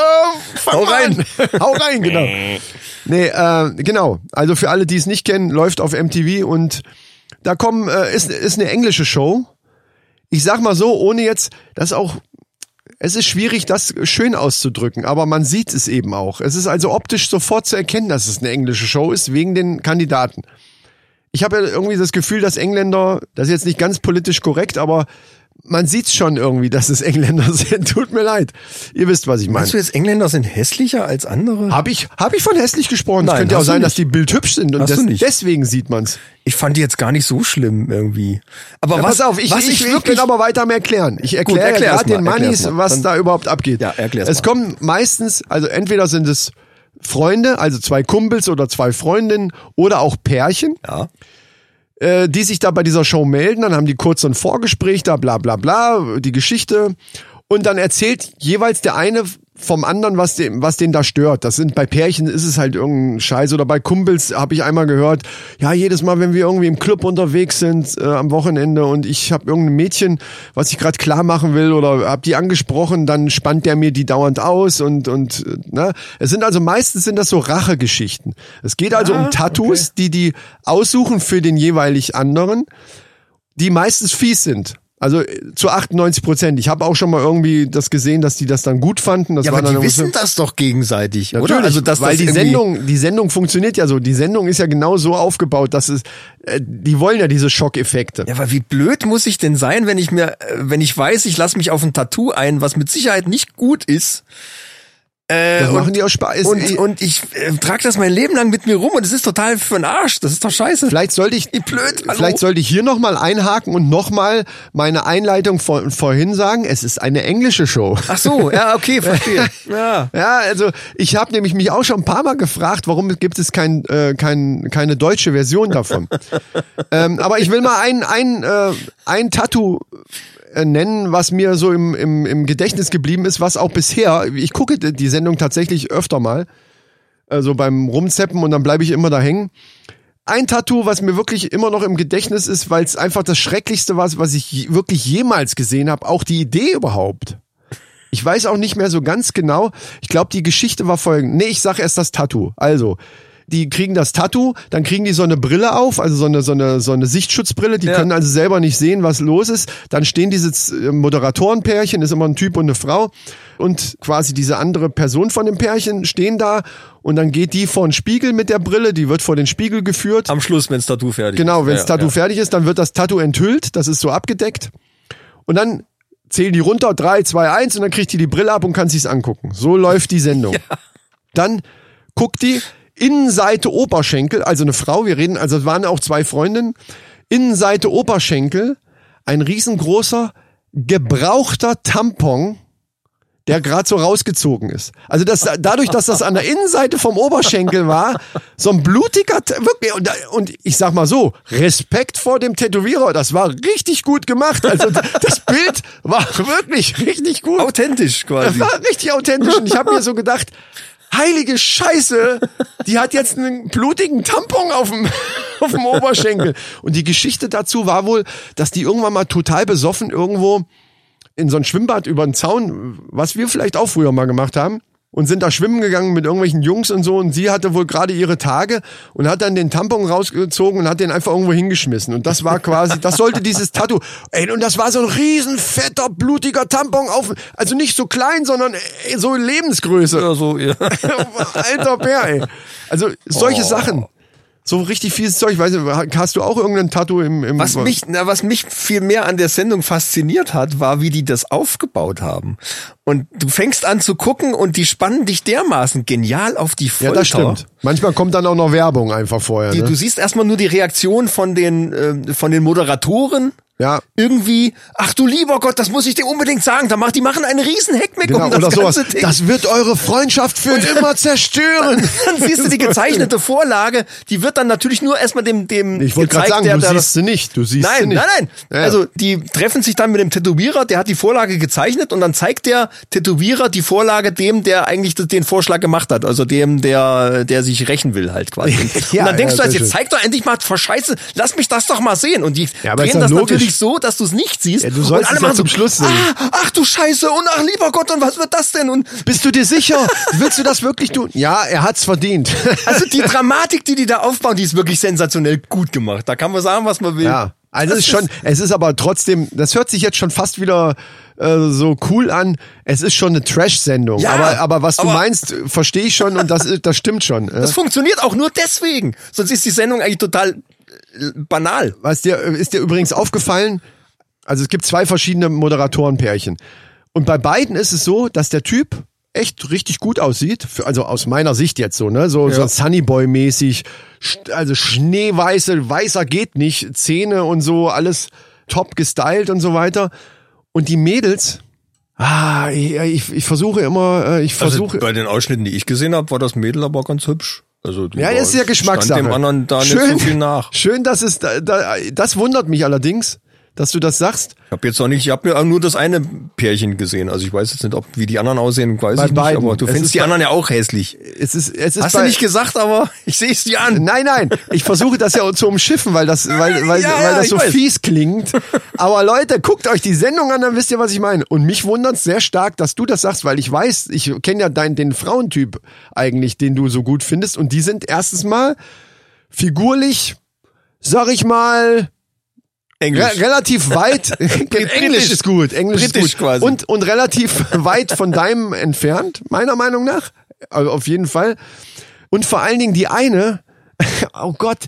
fang
Hau
mal
rein.
An. Hau rein, genau. Nee, äh, genau. Also für alle, die es nicht kennen, läuft auf MTV und da kommen, äh, ist, ist eine englische Show. Ich sag mal so, ohne jetzt, das ist auch, es ist schwierig, das schön auszudrücken, aber man sieht es eben auch. Es ist also optisch sofort zu erkennen, dass es eine englische Show ist, wegen den Kandidaten ich habe ja irgendwie das Gefühl, dass Engländer, das ist jetzt nicht ganz politisch korrekt, aber man sieht's schon irgendwie, dass es Engländer sind. Tut mir leid. Ihr wisst, was ich meine.
Meinst du jetzt, Engländer sind hässlicher als andere?
Habe ich, hab ich von hässlich gesprochen?
Nein,
es könnte ja auch
hast du
sein,
nicht.
dass die bildhübsch sind und
Hast du
des,
nicht.
deswegen sieht man's.
Ich fand die jetzt gar nicht so schlimm irgendwie. Aber
Ja,
was,
pass auf, ich,
was
ich, ich will aber weiter am Erklären. Ich erkläre
erklär
gerade
es mal,
den
erklär es mal.
Mannis, was
Dann-
da überhaupt abgeht.
Ja, erklär es
es
mal.
kommen meistens, also entweder sind es Freunde, also zwei Kumpels oder zwei Freundinnen oder auch Pärchen.
Ja.
äh, die sich da bei dieser Show melden, dann haben die kurz so ein Vorgespräch da, bla bla bla, die Geschichte. Und dann erzählt jeweils der eine vom anderen, was dem, was den da stört. Das sind bei Pärchen ist es halt irgendein Scheiß oder bei Kumpels habe ich einmal gehört, ja jedes Mal, wenn wir irgendwie im Club unterwegs sind äh, am Wochenende und ich habe irgendein Mädchen, was ich gerade klar machen will oder habe die angesprochen, dann spannt der mir die dauernd aus und und äh, ne, es sind also meistens sind das so Rachegeschichten. Es geht also
Ah,
um Tattoos, die die aussuchen für den jeweilig anderen die meistens fies sind. Also äh, zu 98 Prozent. Ich habe auch schon mal irgendwie das gesehen, dass die das dann gut fanden. Das
Ja,
war
aber
dann
die
irgendwie
wissen
so-
das doch gegenseitig, oder? Also,
Natürlich, weil die
irgendwie-
Sendung, die Sendung funktioniert ja so. Die Sendung ist ja genau so aufgebaut, dass es, äh, die wollen ja diese Schockeffekte.
Ja, aber wie blöd muss ich denn sein, wenn ich mir, äh, wenn ich weiß, ich lasse mich auf ein Tattoo ein, was mit Sicherheit nicht gut ist, Äh,
Das
und-
machen die aus Spaß. Ist-
Und, und ich äh, trage das mein Leben lang mit mir rum und es ist total für den Arsch. Das ist doch scheiße.
Vielleicht sollte ich,
Wie blöd, hallo.
vielleicht sollte ich hier nochmal einhaken und nochmal meine Einleitung vor, vorhin sagen. Es ist eine englische Show.
Ach so, ja, okay, verstehe. ja.
Ja, also ich habe nämlich mich auch schon ein paar Mal gefragt, warum gibt es kein, äh, kein, keine deutsche Version davon. ähm, aber ich will mal ein, ein, äh, ein Tattoo äh, nennen, was mir so im, im, im Gedächtnis geblieben ist, was auch bisher, ich gucke die Sendung tatsächlich öfter mal, also beim Rumzeppen und dann bleibe ich immer da hängen. Ein Tattoo, was mir wirklich immer noch im Gedächtnis ist, weil es einfach das Schrecklichste war, was ich je, wirklich jemals gesehen habe, auch die Idee überhaupt. Ich weiß auch nicht mehr so ganz genau. Ich glaube, die Geschichte war folgende. Nee, ich sag erst das Tattoo. Also, die kriegen das Tattoo, dann kriegen die so eine Brille auf, also so eine, so eine, so eine Sichtschutzbrille. Die können also selber nicht sehen, was los ist. Dann stehen diese Z- äh, Moderatorenpärchen, ist immer ein Typ und eine Frau. Und quasi diese andere Person von dem Pärchen stehen da. Und dann geht die vor den Spiegel mit der Brille, die wird vor den Spiegel geführt.
Am Schluss, wenn's Tattoo fertig ist.
Genau, wenn das
ja,
Tattoo
ja.
fertig ist, dann wird das Tattoo enthüllt, das ist so abgedeckt. Und dann zählen die runter, drei, zwei, eins, und dann kriegt die die Brille ab und kann sich's angucken. So läuft die Sendung. Dann guckt die Innenseite Oberschenkel, also eine Frau, wir reden, also es waren auch zwei Freundinnen, Innenseite Oberschenkel, ein riesengroßer gebrauchter Tampon, der gerade so rausgezogen ist. Also das, dadurch, dass das an der Innenseite vom Oberschenkel war, so ein blutiger, Ta- wirklich, und, und ich sag mal so, Respekt vor dem Tätowierer, das war richtig gut gemacht. Also d- das Bild war wirklich richtig gut.
Authentisch
Das
quasi.
war richtig authentisch. Und ich habe mir so gedacht, heilige Scheiße, die hat jetzt einen blutigen Tampon auf dem, auf dem Oberschenkel. Und die Geschichte dazu war wohl, dass die irgendwann mal total besoffen irgendwo in so ein Schwimmbad über den Zaun, was wir vielleicht auch früher mal gemacht haben. Und sind da schwimmen gegangen mit irgendwelchen Jungs und so. Und sie hatte wohl gerade ihre Tage und hat dann den Tampon rausgezogen und hat den einfach irgendwo hingeschmissen. Und das war quasi, das sollte dieses Tattoo. Ey, und das war so ein riesen fetter, blutiger Tampon auf. Also nicht so klein, sondern ey, so Lebensgröße.
Oder so, ja.
Alter Bär, ey. Also solche
Oh.
Sachen. So richtig fieses Zeug. Weißt du, hast du auch irgendein Tattoo im... im
Was mich, na, was mich viel mehr an der Sendung fasziniert hat, war, wie die das aufgebaut haben. Und du fängst an zu gucken und die spannen dich dermaßen genial auf die
Ja,
Folter.
das stimmt. Manchmal kommt dann auch noch Werbung einfach vorher.
Die,
ne?
Du siehst erstmal nur die Reaktion von den, äh, von den Moderatoren.
Ja.
Irgendwie, ach du lieber Gott, das muss ich dir unbedingt sagen. Da mach, die machen einen riesen Heckmeck
Genau,
um das
oder
ganze
sowas.
Ding.
Das wird eure Freundschaft für immer zerstören.
dann siehst du die gezeichnete Vorlage, die wird dann natürlich nur erstmal dem, dem
Ich wollte gerade
gezeigt,
sagen,
der,
du
der
siehst sie nicht. Du siehst sie
Nein,
nicht.
nein, nein.
Ja.
Also die treffen sich dann mit dem Tätowierer, der hat die Vorlage gezeichnet und dann zeigt der Tätowierer die Vorlage dem, der eigentlich das- den Vorschlag gemacht hat, also dem, der, der sich rächen will halt quasi.
Ja,
und dann denkst
ja,
du halt,
sehr
jetzt
schön.
zeig doch endlich mal, verscheiße, lass mich das doch mal sehen. Und die
Ja, aber ist
drehen
ja
das
logisch.
natürlich so, dass du es nicht siehst.
Ja, du sollst
und alle
es ja
machen
zum
so,
Schluss sehen.
Ah, ach du Scheiße, und ach lieber Gott, und was wird das denn? Und
Bist du dir sicher? Willst du das wirklich tun? Ja, er hat's verdient.
also die Dramatik, die die da aufbauen, die ist wirklich sensationell gut gemacht. Da kann man sagen, was man will.
Ja. Also
Das
es ist schon, es ist aber trotzdem, das hört sich jetzt schon fast wieder äh, so cool an. Es ist schon eine Trash-Sendung.
Ja,
aber, aber was du
aber-
meinst, äh, verstehe ich schon und das, ist- das stimmt schon. Äh.
Das funktioniert auch nur deswegen. Sonst ist die Sendung eigentlich total äh, banal.
Was dir, ist dir übrigens aufgefallen, also es gibt zwei verschiedene Moderatorenpärchen. Und bei beiden ist es so, dass der Typ echt richtig gut aussieht, Für- also aus meiner Sicht jetzt so, ne, so, so Sunnyboy-mäßig, Sch- also schneeweiße, weißer geht nicht, Zähne und so, alles top gestylt und so weiter. Und die Mädels, ah, ich, ich, ich versuche immer, äh, ich versuche,
Also bei den Ausschnitten, die ich gesehen habe, war das Mädel aber ganz hübsch. Also die
Ja,
war-
das ist ja Geschmackssache.
Stand dem anderen da
schön,
nicht so viel nach. Ich
Schön, dass es, da, da, das wundert mich allerdings, dass du das sagst.
habe jetzt noch nicht, ich habe mir auch nur das eine Pärchen gesehen. Also ich weiß jetzt nicht, ob wie die anderen aussehen, weiß
Bei
ich
beiden.
nicht. Aber du
Es ist
findest die
bei-
anderen ja auch hässlich.
Es ist, es ist
Hast
bei,
du nicht gesagt, aber ich sehe es dir an.
Nein, nein. Ich versuche das ja zu umschiffen, weil das, weil, weil,
Ja, ja,
weil das
ich
so
weiß.
fies klingt. Aber Leute, guckt euch die Sendung an, dann wisst ihr, was ich meine. Und mich wundert's sehr stark, dass du das sagst, weil ich weiß, ich kenne ja dein, den Frauentyp eigentlich, den du so gut findest. Und die sind erstens mal figurlich, sag ich mal, re
Englisch.
relativ weit. Englisch ist gut. Englisch
Britisch
ist gut.
quasi.
Und, und relativ weit von deinem entfernt, meiner Meinung nach. Also auf jeden Fall. Und vor allen Dingen die eine, oh Gott,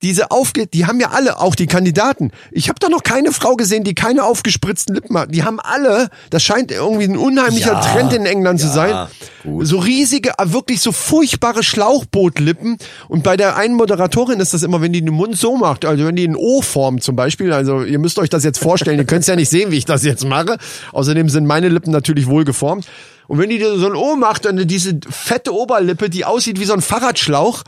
diese aufge, die haben ja alle, auch die Kandidaten. Ich habe da noch keine Frau gesehen, die keine aufgespritzten Lippen hat. Die haben alle, das scheint irgendwie ein unheimlicher
Ja,
Trend in England zu sein. So riesige, ah, wirklich so furchtbare Schlauchbootlippen. Und bei der einen Moderatorin ist das immer, wenn die den Mund so macht, also wenn die in O formt zum Beispiel. Also ihr müsst euch das jetzt vorstellen, ihr könnt es ja nicht sehen, wie ich das jetzt mache. Außerdem sind meine Lippen natürlich wohlgeformt. Und wenn die so ein O macht, dann diese fette Oberlippe, die aussieht wie so ein Fahrradschlauch,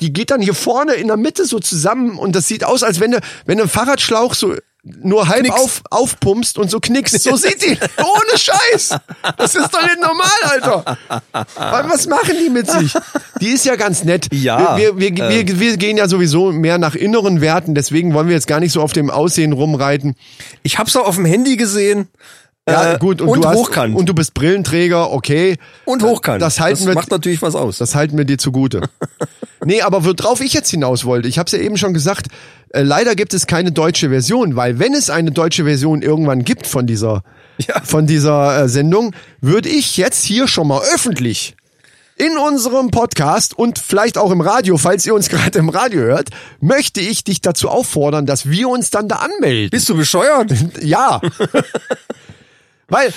die geht dann hier vorne in der Mitte so zusammen und das sieht aus, als wenn du, wenn du einen Fahrradschlauch so nur halb auf, aufpumpst und so knickst. So sieht die. Ohne Scheiß. Das ist doch nicht normal, Alter. Weil Was machen die mit sich? Die ist ja ganz nett.
Ja, äh.
Wir, wir, wir, wir, wir gehen ja sowieso mehr nach inneren Werten, deswegen wollen wir jetzt gar nicht so auf dem Aussehen rumreiten.
Ich hab's auch auf dem Handy gesehen.
Ja,
äh,
gut, und,
und,
du hast,
hochkant.
Und du bist Brillenträger, okay.
Und hochkant.
Das halten wir-
macht natürlich was aus.
Das halten wir dir zugute. nee, aber worauf ich jetzt hinaus wollte, ich habe es ja eben schon gesagt, äh, leider gibt es keine deutsche Version, weil wenn es eine deutsche Version irgendwann gibt von dieser,
Ja.
von dieser äh, Sendung, würde ich jetzt hier schon mal öffentlich in unserem Podcast und vielleicht auch im Radio, falls ihr uns gerade im Radio hört, möchte ich dich dazu auffordern, dass wir uns dann da anmelden.
Bist du bescheuert?
Ja. Weil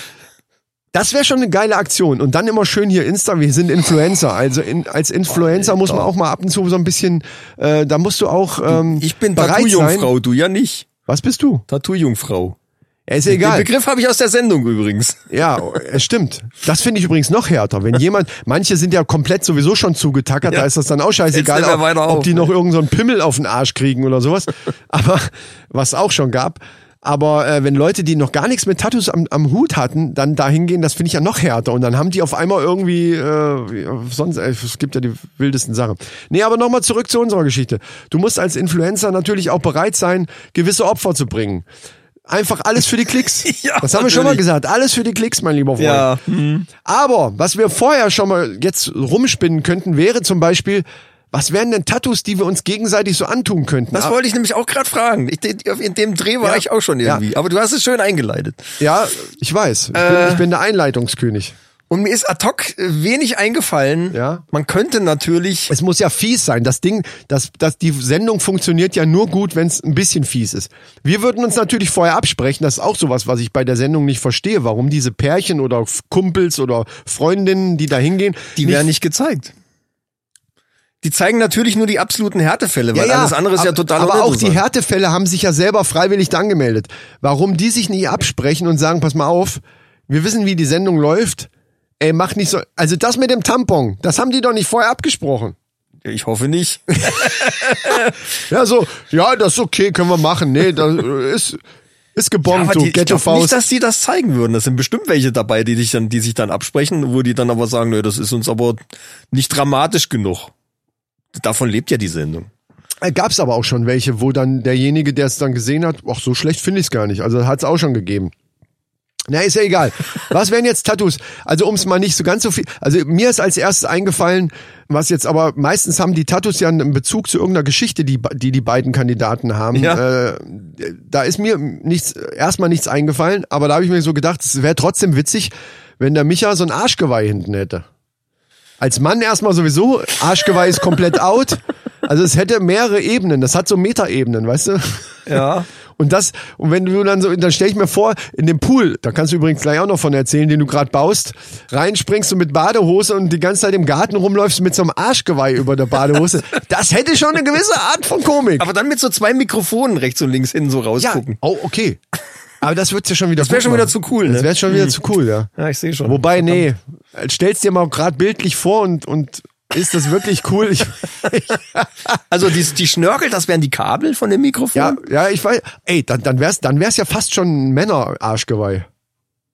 das wäre schon eine geile Aktion. Und dann immer schön hier Insta, wir sind Influencer. Also in, als Influencer muss man auch mal ab und zu so ein bisschen, äh, da musst du auch ähm,
Ich bin
bereit sein.
Tattoo-Jungfrau, du ja nicht.
Was bist du?
Tattoo-Jungfrau.
Ja, ist
Den
egal.
Begriff habe ich aus der Sendung übrigens.
Ja, es stimmt. Das finde ich übrigens noch härter. Wenn jemand, manche sind ja komplett sowieso schon zugetackert, da
Ja.
ist das dann auch scheißegal,
Jetzt nehmen wir ne?
ob,
weiter
ob
auf.
die noch irgendeinen so einen Pimmel auf den Arsch kriegen oder sowas. Aber was auch schon gab. Aber äh, wenn Leute, die noch gar nichts mit Tattoos am, am Hut hatten, dann dahin gehen, das finde ich ja noch härter. Und dann haben die auf einmal irgendwie äh, sonst, äh, es gibt ja die wildesten Sachen. Nee, aber nochmal zurück zu unserer Geschichte. Du musst als Influencer natürlich auch bereit sein, gewisse Opfer zu bringen. Einfach alles für die Klicks.
Ja,
das haben wir schon mal
natürlich.
gesagt. Alles für die Klicks, mein lieber Freund. Mhm.
Ja.
Aber was wir vorher schon mal jetzt rumspinnen könnten, wäre zum Beispiel, was wären denn Tattoos, die wir uns gegenseitig so antun könnten?
Das
Ah,
wollte ich nämlich auch gerade fragen. Ich, in dem Dreh war
Ja.
ich auch schon
Ja.
irgendwie. Aber du hast es schön eingeleitet.
ja, ich weiß. Ich, bin,
Äh.
ich bin der Einleitungskönig.
Und mir ist ad hoc äh, wenig eingefallen.
Ja.
Man könnte natürlich.
Es muss ja fies sein. Das Ding, das, das, die Sendung funktioniert ja nur gut, wenn es ein bisschen fies ist. Wir würden uns natürlich vorher absprechen. Das ist auch sowas, was ich bei der Sendung nicht verstehe. Warum diese Pärchen oder F- Kumpels oder Freundinnen, die da hingehen,
Die werden nicht gezeigt. Die zeigen natürlich nur die absoluten Härtefälle, weil alles andere ist ja
ab-
total
Aber auch die
irrelevant.
Härtefälle haben sich ja selber freiwillig da angemeldet. Warum die sich nie absprechen und sagen, pass mal auf, wir wissen, wie die Sendung läuft. Ey, mach nicht so. Also das mit dem Tampon, das haben die doch nicht vorher abgesprochen.
Ich hoffe nicht.
Ja, so, ja, das ist okay, können wir machen. Nee, das äh, ist, ist gebombt,
Aber
du
die, ich
Ghetto
glaub nicht,
Faust.
dass die das zeigen würden. Das sind bestimmt welche dabei, die dich dann, die sich dann absprechen, wo die dann aber sagen, nö, das ist uns aber nicht dramatisch genug. Davon lebt ja die Sendung.
Äh, Gab's aber auch schon welche, wo dann derjenige, der es dann gesehen hat, ach, so schlecht finde ich es gar nicht. Also hat's auch schon gegeben. Na, ist ja egal. Was wären jetzt Tattoos? Also, ums mal nicht so ganz so viel. Also, mir ist als erstes eingefallen, was jetzt aber meistens haben die Tattoos ja einen Bezug zu irgendeiner Geschichte, die be- die, die beiden Kandidaten haben.
Ja.
Äh, da ist mir nichts, erstmal nichts eingefallen, aber da habe ich mir so gedacht, es wäre trotzdem witzig, wenn der Micha so ein Arschgeweih hinten hätte. Als Mann erstmal sowieso, Arschgeweih ist komplett out. Also es hätte mehrere Ebenen, das hat so Metaebenen, weißt du?
Ja.
Und das, und wenn du dann so, dann stell ich mir vor, in dem Pool, da kannst du übrigens gleich auch noch von erzählen, den du gerade baust, reinspringst du mit Badehose und die ganze Zeit im Garten rumläufst mit so einem Arschgeweih über der Badehose. Das hätte schon eine gewisse Art von Komik.
Aber dann mit so zwei Mikrofonen rechts und links hin so rausgucken.
oh, okay. Aber das wird's ja schon wieder
Das wär
gut
schon wieder
machen.
zu cool, ne?
Das wäre schon wieder zu cool, ja.
Ja, ich sehe schon.
Wobei, nee, stell's dir mal gerade bildlich vor und, und ist das wirklich cool? Ich,
Also die, die Schnörkel, das wären die Kabel von dem Mikrofon.
ja, ja, ich weiß. Ey, dann, dann wär's, dann wär's ja fast schon ein Männer-Arschgeweih.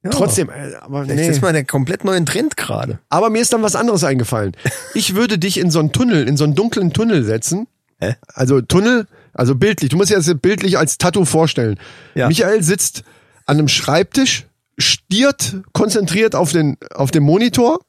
Trotzdem, äh, aber
Das
nee.
ist jetzt mal der komplett neuen Trend gerade.
Aber mir ist dann was anderes eingefallen. Ich würde dich in so einen Tunnel, in so einen dunklen Tunnel setzen.
Hä?
Also Tunnel, also bildlich. Du musst dir das bildlich als Tattoo vorstellen.
Ja.
Michael sitzt an einem Schreibtisch, stiert konzentriert auf den, auf den Monitor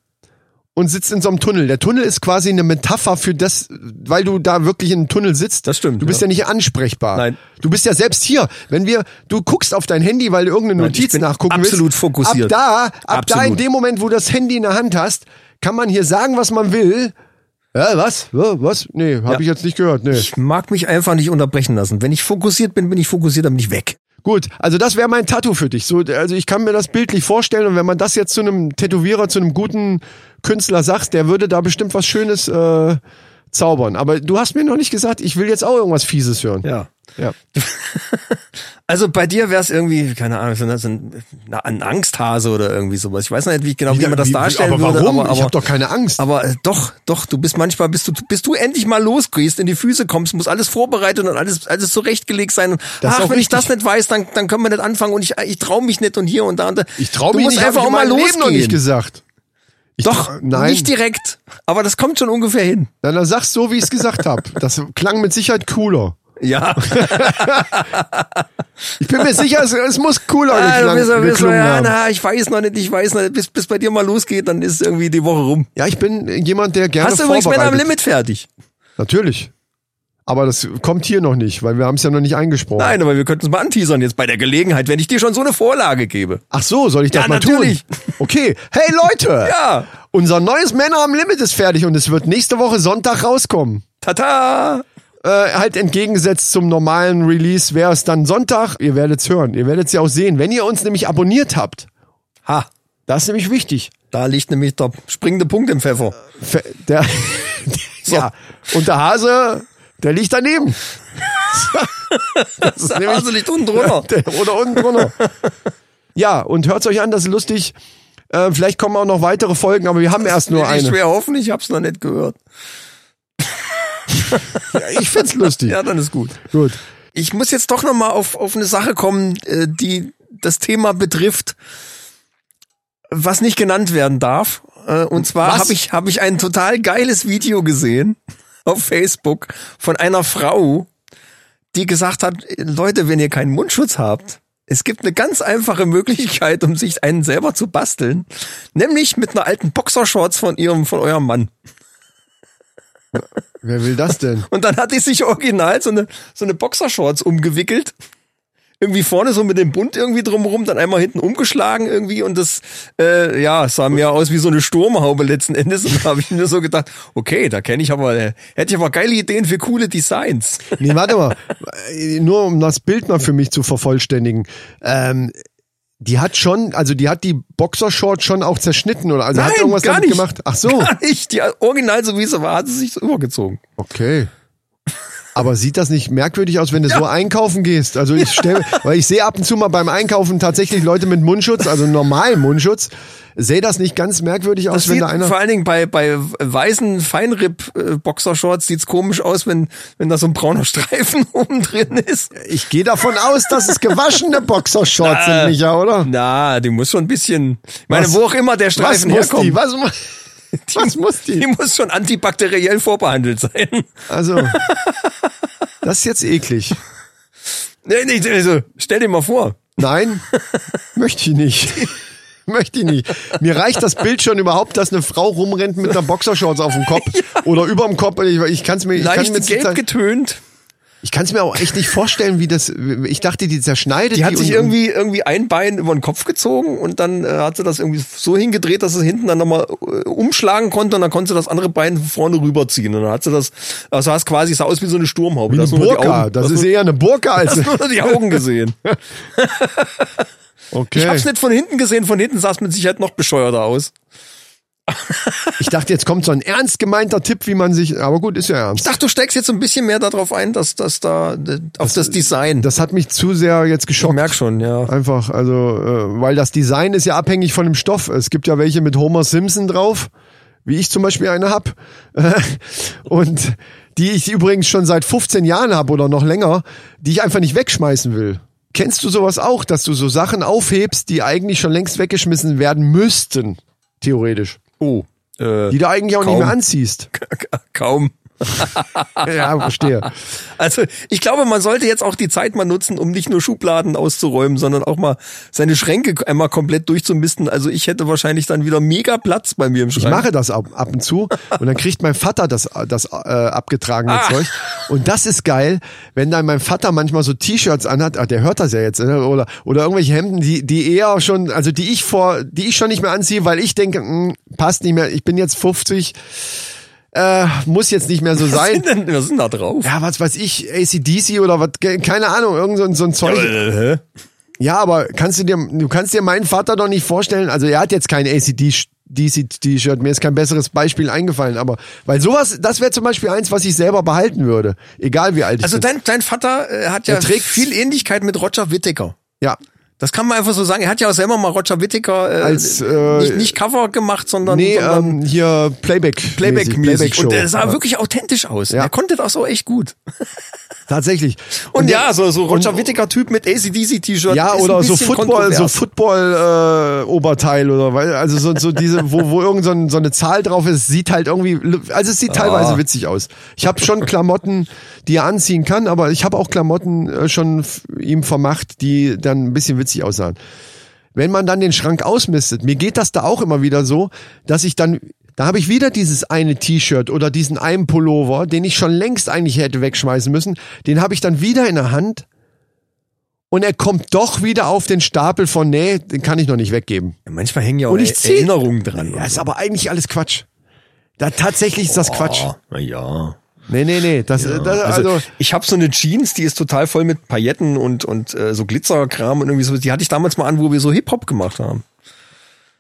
und sitzt in so einem Tunnel. Der Tunnel ist quasi eine Metapher für das, weil du da wirklich in einem Tunnel sitzt.
Das stimmt,
Du bist ja,
ja.
nicht ansprechbar.
Nein.
Du bist ja selbst hier. Wenn wir, du guckst auf dein Handy, weil du irgendeine
Nein, ich
Notiz
bin
nachgucken
absolut
willst.
fokussiert.
Ab da, ab da in
Absolut.
dem Moment, wo du das Handy in der Hand hast, kann man hier sagen, was man will. Äh, was? Äh, Was? Nee, habe
Ja.
ich jetzt nicht gehört. Nee.
Ich mag mich einfach nicht unterbrechen lassen. Wenn ich fokussiert bin, bin ich fokussiert, dann bin ich weg.
Gut, also das wäre mein Tattoo für dich. So, also ich kann mir das bildlich vorstellen und wenn man das jetzt zu einem Tätowierer, zu einem guten Künstler sagt, der würde da bestimmt was Schönes äh, zaubern. Aber du hast mir noch nicht gesagt, ich will jetzt auch irgendwas Fieses hören.
Ja.
ja.
Also bei dir wäre es irgendwie, keine Ahnung, so ein- so ein, na, ein Angsthase oder irgendwie sowas. Ich weiß nicht wie genau, wie, man das
Wie- wie-
darstellen
aber
würde.
warum? ich habe doch keine Angst.
Aber äh, doch, doch, du bist manchmal, bist du, bis du endlich mal losgehst, in die Füße kommst, muss alles vorbereitet und alles, alles zurechtgelegt sein. Und,
Das
ach,
ist
wenn
auch
ich
wichtig.
das nicht weiß, dann, dann können wir nicht anfangen und ich, äh, ich traue mich nicht und hier und da und da.
ich traue
Du
mich
musst
nicht, hab
einfach
ich
auch mal
in meinem Leben noch nicht
losgehen.
gesagt. Ich
Doch,
tra- nein.
nicht direkt, aber das kommt schon ungefähr hin.
Dann, dann sag's so, wie ich es gesagt habe. Das klang mit Sicherheit cooler.
Ja,
Ich bin mir sicher, es, es muss cooler
Ah, du
geklang,
bist, du bist,
geklungen
ja
haben.
na, ich weiß noch nicht, ich weiß noch nicht, bis, bis bei dir mal losgeht, dann ist irgendwie die Woche rum.
Ja, ich bin jemand, der gerne
Hast du übrigens Männer am
vorbereitet-
Limit fertig?
Natürlich. Aber das kommt hier noch nicht, weil wir haben es ja noch nicht eingesprochen.
Nein, aber wir könnten es mal anteasern jetzt bei der Gelegenheit, wenn ich dir schon so eine Vorlage gebe.
Ach so, soll ich das
Ja,
mal
natürlich.
tun? Okay. Hey Leute!
Ja.
Unser neues Männer am Limit ist fertig und es wird nächste Woche Sonntag rauskommen.
Tata!
Äh, halt entgegengesetzt zum normalen Release wäre es dann Sonntag. Ihr werdet es hören. Ihr werdet es ja auch sehen. Wenn ihr uns nämlich abonniert habt,
Ha,
das ist nämlich wichtig.
da liegt nämlich der springende Punkt im Pfeffer.
Fe- Der, ja, und der Hase, der liegt daneben. das ist
Der Hase liegt unten drunter.
Der- Oder unten drunter. ja, und hört's euch an, das ist lustig. Äh, vielleicht kommen auch noch weitere Folgen, aber wir haben erst nur
Ich
eine.
schwer hoffen, ich hab's noch nicht gehört.
Ich find's lustig.
Ja, dann ist gut.
Gut.
Ich muss jetzt doch nochmal auf, auf eine Sache kommen, äh, die das Thema betrifft, was nicht genannt werden darf. Äh, Und zwar
Was?
habe ich, hab ich ein total geiles Video gesehen auf Facebook von einer Frau, die gesagt hat, Leute, wenn ihr keinen Mundschutz habt, es gibt eine ganz einfache Möglichkeit, um sich einen selber zu basteln, nämlich mit einer alten Boxershorts von ihrem, von eurem Mann.
Wer will das denn?
Und dann hat die sich original so eine, so eine Boxershorts umgewickelt. Irgendwie vorne so mit dem Bund irgendwie drumrum, dann einmal hinten umgeschlagen irgendwie und das, äh, ja, sah mir aus wie so eine Sturmhaube letzten Endes und da habe ich mir so gedacht, okay, da kenne ich aber, äh, hätte ich aber geile Ideen für coole Designs.
Nee, warte mal. Äh, Nur um das Bild mal für mich zu vervollständigen. Ähm, die hat schon, also die hat die Boxershort schon auch zerschnitten oder also hat
Nein,
irgendwas
gar
damit
nicht.
gemacht. Ach so.
Gar nicht, die original so wie sie war, hat sie sich so übergezogen.
Okay. Aber sieht das nicht merkwürdig aus, wenn du so einkaufen gehst? Also ich stelle, weil ich sehe ab und zu mal beim Einkaufen tatsächlich Leute mit Mundschutz, also normalen Mundschutz, sehe das nicht ganz merkwürdig aus,
Das
wenn
sieht
da einer.
vor allen Dingen bei, bei weißen Feinripp-Boxershorts sieht's komisch aus, wenn, wenn da so ein brauner Streifen oben drin ist.
Ich gehe davon aus, dass es gewaschene Boxershorts
Äh,
sind, Micha, oder?
Na, die muss schon ein bisschen. Ich meine,
Was-
wo auch immer der
Was
Streifen
muss
herkommt,
die? Was, mu was muss
die
die?
muss schon antibakteriell vorbehandelt sein.
Also, das ist jetzt eklig.
Nee, nee, also, stell dir mal vor.
Nein, möchte ich nicht. Möchte ich nicht. Mir reicht das Bild schon überhaupt, dass eine Frau rumrennt mit einer Boxershorts auf dem Kopf oder überm Kopf. Ich, ich kann es mir, ich kann's
Leicht
mir,
gelb
zurzeit-
getönt.
ich kann's mir auch echt nicht vorstellen, wie das. Ich dachte, die zerschneidet.
Die hat sich
und-
irgendwie, irgendwie ein Bein über den Kopf gezogen und dann äh, hat sie das irgendwie so hingedreht, dass sie hinten dann nochmal äh, umschlagen konnte und dann konnte sie das andere Bein vorne rüberziehen. Und dann hat sie das, also sah es quasi, sah aus wie so eine Sturmhaube.
Wie
Da
eine
hast du nur die
Burka.
Augen-
Das
da
ist
hast
eher eine Burka als.
du- da hast du nur die Augen gesehen. Ich
Okay.
hab's nicht von hinten gesehen, von hinten sah es mit Sicherheit noch bescheuerter aus.
Ich dachte, jetzt kommt so ein ernst gemeinter Tipp, wie man sich. Aber gut, ist ja
Ich
ernst.
dachte, du steckst jetzt so ein bisschen mehr darauf ein, dass, dass da, äh, auf das Design.
Das hat mich zu sehr jetzt geschockt.
Ich merk schon, ja.
Einfach, also, äh, weil das Design ist ja abhängig von dem Stoff. Es gibt ja welche mit Homer Simpson drauf, wie ich zum Beispiel eine hab. Äh, Und die ich übrigens schon seit 15 Jahren hab oder noch länger, die ich einfach nicht wegschmeißen will. Kennst du sowas auch, dass du so Sachen aufhebst, die eigentlich schon längst weggeschmissen werden müssten, theoretisch?
Oh. Äh,
Die du eigentlich auch
Kaum.
nicht mehr anziehst.
kaum.
Ja, verstehe.
Also ich glaube, man sollte jetzt auch die Zeit mal nutzen, um nicht nur Schubladen auszuräumen, sondern auch mal seine Schränke einmal komplett durchzumisten. Also ich hätte wahrscheinlich dann wieder mega Platz bei mir im
Ich
Schrank.
mache das ab, ab und zu und dann kriegt mein Vater das, das äh, abgetragene Zeug. Und das ist geil, wenn dann mein Vater manchmal so T-Shirts anhat, ah, der hört das ja jetzt, äh, oder, oder irgendwelche Hemden, die, die eher schon, also die ich vor, die ich schon nicht mehr anziehe, weil ich denke, hm, passt nicht mehr, ich bin jetzt 50. Äh, muss jetzt nicht mehr so
Was
sein.
sind denn, was sind da drauf?
Ja, was weiß ich, ACDC oder was, ge- keine Ahnung, irgend so, ein- so ein Zeug.
Äh, hä?
Ja, aber kannst du dir, du kannst dir meinen Vater doch nicht vorstellen, also er hat jetzt kein ACDC-T-Shirt, mir ist kein besseres Beispiel eingefallen, aber, weil sowas, das wäre zum Beispiel eins, was ich selber behalten würde, egal wie alt ich
Also
bin.
dein, dein Vater äh, hat ja
Er trägt-
viel Ähnlichkeit mit Roger Whittaker.
Ja,
Das kann man einfach so sagen. Er hat ja auch selber mal Roger Whittaker äh,
Als, äh,
nicht, nicht Cover gemacht, sondern,
nee,
sondern
ähm, hier Playback.
Playback-mäßig.
Playback-Show.
und er sah
Ja.
wirklich authentisch aus.
Ja.
Er konnte das auch echt gut.
Tatsächlich.
Und,
der-
ja, so, so Roger
und-
Whittaker-Typ mit ACDC-T-Shirt.
Ja,
ist ein
oder so
bisschen
Football, so
kontrovers.
Football äh, Oberteil oder weil also so, so diese wo wo irgend so, ein, so eine Zahl drauf ist, sieht halt irgendwie also es sieht teilweise witzig aus. Ich habe schon Klamotten, die er anziehen kann, aber ich habe auch Klamotten äh, schon f- ihm vermacht, die dann ein bisschen witzig aussahen. Wenn man dann den Schrank ausmistet, mir geht das da auch immer wieder so, dass ich dann da habe ich wieder dieses eine T-Shirt oder diesen einen Pullover, den ich schon längst eigentlich hätte wegschmeißen müssen, den habe ich dann wieder in der Hand und er kommt doch wieder auf den Stapel von, nee, den kann ich noch nicht weggeben.
Ja, manchmal hängen ja auch
Und ich zieh-
Erinnerungen dran.
Ja, ist aber eigentlich alles Quatsch. Da, tatsächlich ist das Quatsch.
Na ja.
Nee, nee, nee. Das, äh, das,
Also,
also,
ich habe so eine Jeans, die ist total voll mit Pailletten und und äh, so Glitzerkram und irgendwie so. Die hatte ich damals mal an, wo wir so Hip Hop gemacht haben.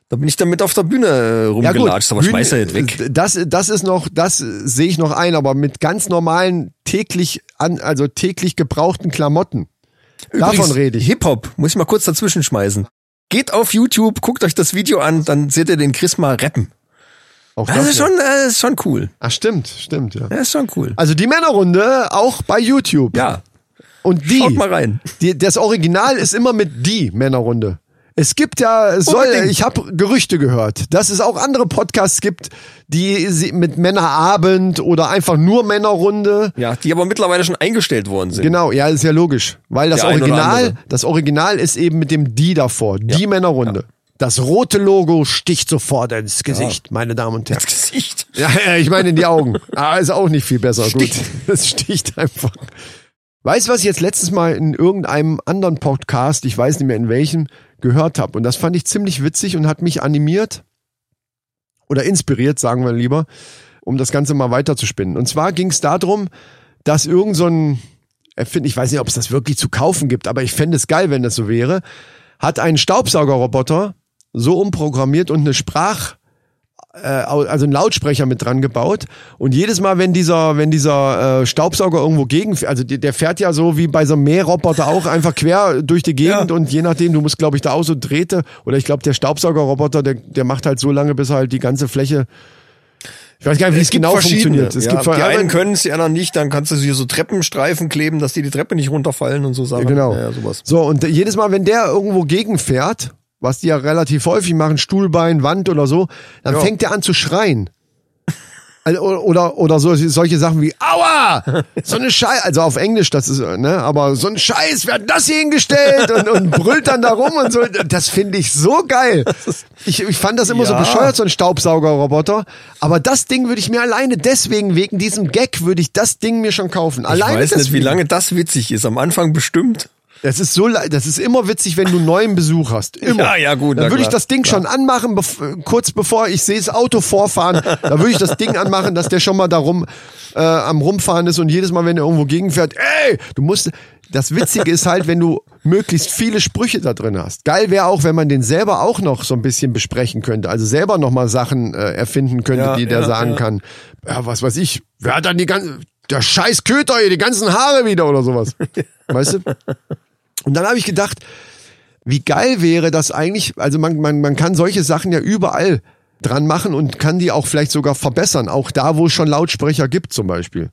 Da bin ich damit auf der Bühne äh,
ja gut.
rumgelatscht, aber
Bühnen-
schmeiß er jetzt weg.
Das, das ist noch, das äh, sehe ich noch ein, aber mit ganz normalen täglich an, also täglich gebrauchten Klamotten. davon rede ich.
Hip Hop muss ich mal kurz dazwischen schmeißen. Geht auf YouTube, guckt euch das Video an, dann seht ihr den Chris mal rappen.
Auch
Das ist
ja.
schon, äh, ist schon cool.
Ach, stimmt, stimmt, ja.
Das ist schon cool.
Also die Männerrunde auch bei YouTube.
Ja,
Und die.
schaut mal rein.
Die, das Original ist immer mit die Männerrunde. Es gibt ja, es soll,
Unbedingt.
ich habe Gerüchte gehört, dass es auch andere Podcasts gibt, die sie- mit Männerabend oder einfach nur Männerrunde.
Ja, die aber mittlerweile schon eingestellt worden sind.
Genau, ja, ist ja logisch, weil das
Der ein oder
Original,
andere.
das Original ist eben mit dem die davor, die Männerrunde. Das rote Logo sticht sofort ins Gesicht, meine Damen und Herren.
Das Gesicht.
Ja, ja, ich meine in die Augen. Ah, ist auch nicht viel besser. Gut. Es sticht einfach. Weißt du, was ich jetzt letztes Mal in irgendeinem anderen Podcast, ich weiß nicht mehr in welchem, gehört habe? Und das fand ich ziemlich witzig und hat mich animiert oder inspiriert, sagen wir lieber, um das Ganze mal weiterzuspinnen. Und zwar ging es darum, dass irgend so ein, äh, find- ich weiß nicht, ob es das wirklich zu kaufen gibt, aber ich fände es geil, wenn das so wäre, hat einen Staubsaugerroboter so umprogrammiert und eine Sprach- äh, au- also einen Lautsprecher mit dran gebaut und jedes Mal, wenn dieser, wenn dieser äh, Staubsauger irgendwo gegen, also die, der fährt ja so wie bei so einem Mähroboter auch einfach quer durch die Gegend und je nachdem, du musst glaube ich da auch so Drähte oder ich glaube der Staubsaugerroboter, der, der macht halt so lange, bis er halt die ganze Fläche, ich weiß gar nicht, wie es, genau funktioniert.
Es ja, gibt die einen können es, die anderen nicht. Dann kannst du sie so Treppenstreifen kleben, dass die die Treppe nicht runterfallen und so Sachen.
Genau.
Ja, sowas.
So, und jedes Mal, wenn der irgendwo gegenfährt, was die ja relativ häufig machen, Stuhlbein, Wand oder so, dann fängt der an zu schreien. Also, oder oder so, solche Sachen wie Aua! So eine Scheiß, also auf Englisch, das ist, äh, ne, aber so ein Scheiß, wer hat das hier hingestellt? Und, und brüllt dann da rum und so. Das finde ich so geil. Ich, ich fand das immer so
Ja.
bescheuert, so ein Staubsaugerroboter. Aber das Ding würde ich mir alleine deswegen, wegen diesem Gag, würde ich das Ding mir schon kaufen.
Ich
Alleine
weiß nicht, wie
deswegen.
lange das witzig ist. Am Anfang bestimmt.
Das ist so, le- das ist immer witzig, wenn du neuen Besuch hast. Immer.
Ja, ja, gut,
Dann
na
würde ich
klar,
das Ding schon anmachen, bef- kurz bevor ich sehe das Auto vorfahren. da würde ich das Ding anmachen, dass der schon mal darum äh, am rumfahren ist und jedes Mal, wenn er irgendwo gegenfährt, ey, du musst. Das Witzige ist halt, wenn du möglichst viele Sprüche da drin hast. Geil wäre auch, wenn man den selber auch noch so ein bisschen besprechen könnte. Also selber noch mal Sachen äh, erfinden könnte,
Ja,
die der
ja,
sagen kann. Ja, was weiß ich. Wer hat dann die ganzen, der scheiß Köter hier, die ganzen Haare wieder oder sowas. Weißt du? Und dann habe ich gedacht, wie geil wäre das eigentlich, also man, man, man kann solche Sachen ja überall dran machen und kann die auch vielleicht sogar verbessern, auch da, wo es schon Lautsprecher gibt zum Beispiel.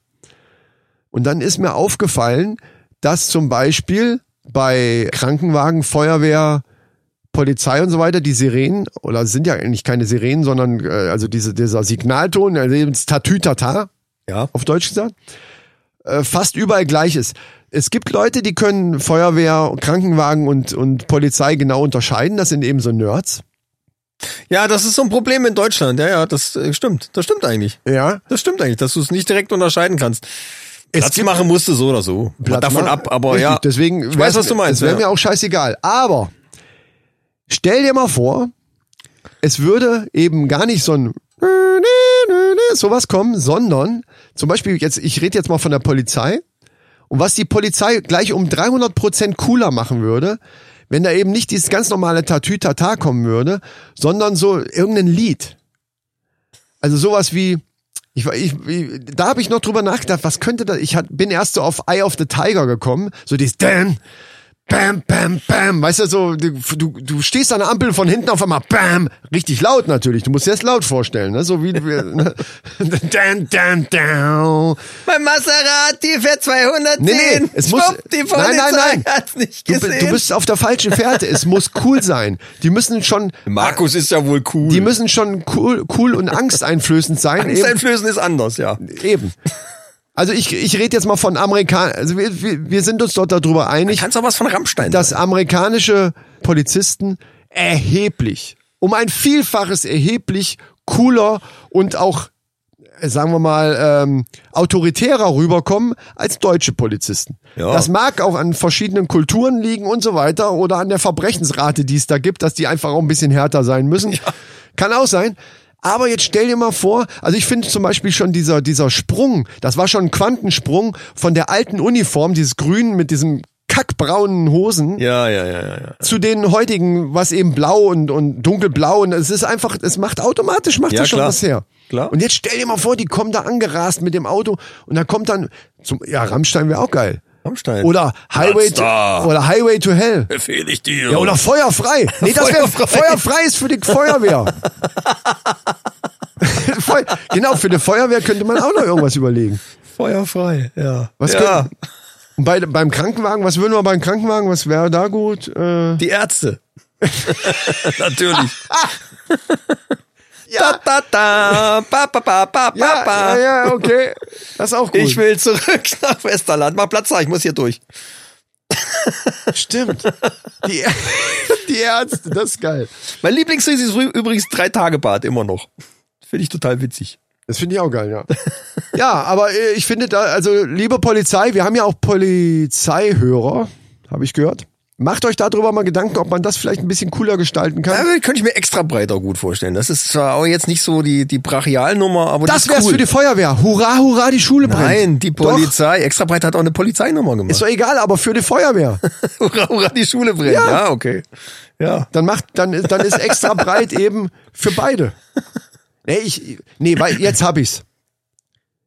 Und dann ist mir aufgefallen, dass zum Beispiel bei Krankenwagen, Feuerwehr, Polizei und so weiter, die Sirenen, oder es sind ja eigentlich keine Sirenen, sondern äh, also diese, dieser Signalton, also eben das Tatütata,
Ja.
auf Deutsch gesagt, äh, fast überall gleich ist. Es gibt Leute, die können Feuerwehr, Krankenwagen und, und Polizei genau unterscheiden. Das sind eben so Nerds.
Ja, das ist so ein Problem in Deutschland. Ja, ja, das äh, stimmt. Das stimmt eigentlich.
Ja.
Das stimmt eigentlich, dass du es nicht direkt unterscheiden kannst. Platz
gibt-
machen musst du so oder so. Mal davon ab, aber ja.
Deswegen
ich weiß, was du meinst.
Es wäre
ja.
mir auch scheißegal. Aber stell dir mal vor, es würde eben gar nicht so ein sowas kommen, sondern zum Beispiel jetzt, ich rede jetzt mal von der Polizei. Und was die Polizei gleich um 300 Prozent cooler machen würde, wenn da eben nicht dieses ganz normale Tatütata kommen würde, sondern so irgendein Lied. Also sowas wie, ich, war- ich, ich da habe ich noch drüber nachgedacht, was könnte das, ich hat, bin erst so auf Eye of the Tiger gekommen, so dieses Dan, Bam, bam, bam. Weißt du, so, du, du, du stehst an der Ampel von hinten auf einmal, bam. Richtig laut natürlich. Du musst dir das laut vorstellen, ne? So wie, wie- ne? dan, dan, dan.
Mein Maserati fährt 210.
Nee, nee, es muss-
Schwupp, die
Nein, nein, nein.
Polizei hat's nicht
Du,
gesehen.
bi- du bist auf der falschen Fährte. Es muss cool sein. Die müssen schon,
Markus ist ja wohl cool.
die müssen schon cool, cool und angsteinflößend sein. eben,
Angsteinflößen ist anders, ja.
eben. Also ich, ich rede jetzt mal von Amerikanern. Also wir, wir, wir sind uns dort darüber einig.
Kannst auch was von Rammstein
dass amerikanische Polizisten erheblich, um ein Vielfaches erheblich cooler und auch, äh, sagen wir mal, ähm, autoritärer rüberkommen als deutsche Polizisten.
Ja.
Das mag auch an verschiedenen Kulturen liegen und so weiter oder an der Verbrechensrate, die es da gibt, dass die einfach auch ein bisschen härter sein müssen. Kann auch sein. Aber jetzt stell dir mal vor, also ich finde zum Beispiel schon dieser, dieser Sprung, das war schon ein Quantensprung von der alten Uniform, dieses Grün mit diesem kackbraunen Hosen
Ja, ja, ja, ja, ja.
zu den heutigen, was eben blau und, und dunkelblau und es ist einfach, es macht automatisch, macht
Ja,
das schon
klar.
was her.
Klar.
Und jetzt stell dir mal vor, die kommen da angerast mit dem Auto und dann kommt dann zum, ja, Rammstein wäre auch geil.
Rammstein.
Oder Highway to,
Monster.
oder Highway to Hell.
Befehl ich dir.
Ja, oder feuerfrei. Nee, das wäre
Feuerfrei.
feuerfrei ist für die Feuerwehr. Feu- genau, für die Feuerwehr könnte man auch noch irgendwas überlegen.
feuerfrei, ja.
Was
ja.
könnten- Und bei, beim Krankenwagen, was würden wir beim Krankenwagen, was wäre da gut? Äh,
Die Ärzte. Natürlich. Da, da, da, ba, ba, ba, ba, ba, ba.
ja, ja, ja, okay. Das ist auch gut.
Ich will zurück nach Westerland. Mach Platz da, ich muss hier durch.
Stimmt. Die, Ä- die Ärzte, das ist geil.
Mein Lieblingsriese ist rü- übrigens drei Tage Bad immer noch. Finde ich total witzig.
Das finde ich auch geil, ja. Ja, aber äh, ich finde da, also liebe Polizei, wir haben ja auch Polizeihörer, habe ich gehört. Macht euch darüber mal Gedanken, ob man das vielleicht ein bisschen cooler gestalten kann.
Aber Äh, könnte ich mir extra breiter gut vorstellen. Das ist zwar auch jetzt nicht so die, die Brachialnummer, aber
Das
die ist
wär's
cool.
für die Feuerwehr. Hurra, hurra, die Schule brennt.
Nein, die
Doch,
Polizei. Extra breit hat auch eine Polizeinummer gemacht.
ist doch egal, aber für die Feuerwehr.
hurra, hurra, die Schule brennt. Ja, okay. Ja.
Dann macht, dann, ist- dann ist extra breit eben für beide. Nee, ich, nee, weil jetzt hab ich's.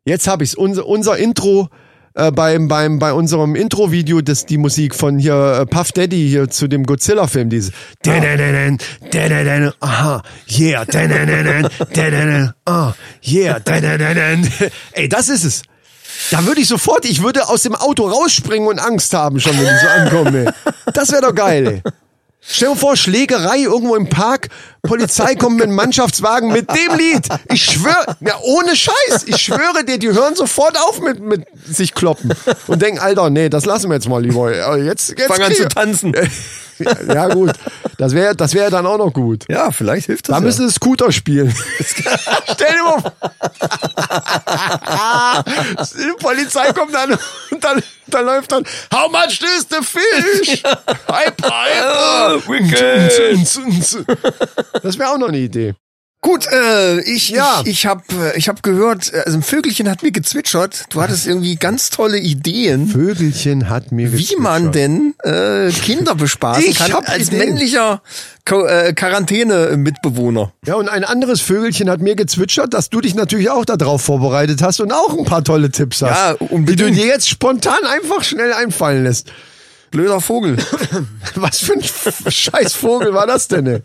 Jetzt hab ich's. Unser, unser Intro äh, beim, beim, bei unserem Intro-Video, das die Musik von hier äh, Puff Daddy hier zu dem Godzilla-Film, dieses. Dä-dä-dä-dän, dä-dä-dän, Aha, yeah, dä-dä-dä-dän, dä-dä-dän, ah, yeah, dä-dä-dä-dän. Ey, das ist es. Da würde ich sofort, ich würde aus dem Auto rausspringen und Angst haben schon, wenn die so ankommen, ey. Das wäre doch geil, ey. Stell dir vor, Schlägerei irgendwo im Park, Polizei kommt mit einem Mannschaftswagen mit dem Lied. Ich schwöre, ja, ohne Scheiß, ich schwöre dir, die hören sofort auf mit, mit sich kloppen und denken, Alter, nee, das lassen wir jetzt mal lieber. Aber Jetzt, jetzt
Fang an
krieg-
zu tanzen.
Ja, gut, das wäre das wär dann auch noch gut.
Ja, vielleicht hilft das.
Da
ja.
müssen sie Scooter spielen. Stell dir mal vor. Die Polizei kommt dann und dann, dann läuft dann, how much is the fish? Hype, hype. Das wäre auch noch eine Idee.
Gut, äh, ich,
Ja.
ich, ich habe ich hab gehört, äh, also ein Vögelchen hat mir gezwitschert. Du hattest irgendwie ganz tolle Ideen,
Vögelchen hat mir
wie man denn äh, Kinder bespaßen
Ich
kann
hab
als
Ideen.
männlicher Ka- äh, Quarantäne-Mitbewohner.
Ja, und ein anderes Vögelchen hat mir gezwitschert, dass du dich natürlich auch darauf vorbereitet hast und auch ein paar tolle Tipps hast.
Ja,
die
unbedingt.
du dir jetzt spontan einfach schnell einfallen lässt.
Blöder Vogel.
Was für ein scheiß Vogel war das denn? Ey?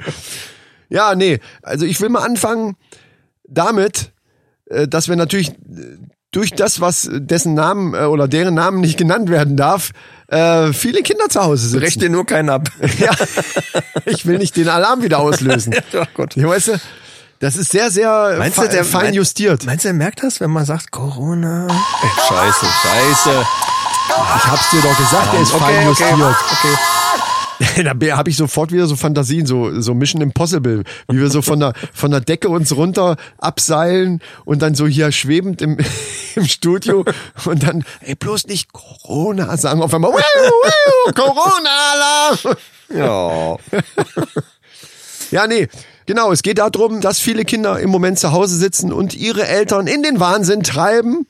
Ja, nee. Also ich will mal anfangen damit, äh, dass wir natürlich äh, durch das, was äh, dessen Namen äh, oder deren Namen nicht genannt werden darf, äh, viele Kinder zu Hause sitzen.
Brech dir nur keinen ab.
Ja. Ich will nicht den Alarm wieder auslösen.
Ja, Oh Gott.
Ja, weißt du, das ist sehr, sehr fe- fein
mein-
justiert.
Meinst du, der merkt das, wenn man sagt Corona? Scheiße, scheiße.
ich hab's dir doch gesagt, der ist
Okay,
fein
okay,
justiert. da habe ich sofort wieder so Fantasien, so, so Mission Impossible, wie wir so von der, von der Decke uns runter abseilen und dann so hier schwebend im, im Studio und dann, ey, bloß nicht Corona sagen, auf einmal, "Wow, wow, Corona-Alarm.
Ja.
Ja, nee. Genau, es geht darum, dass viele Kinder im Moment zu Hause sitzen und ihre Eltern in den Wahnsinn treiben.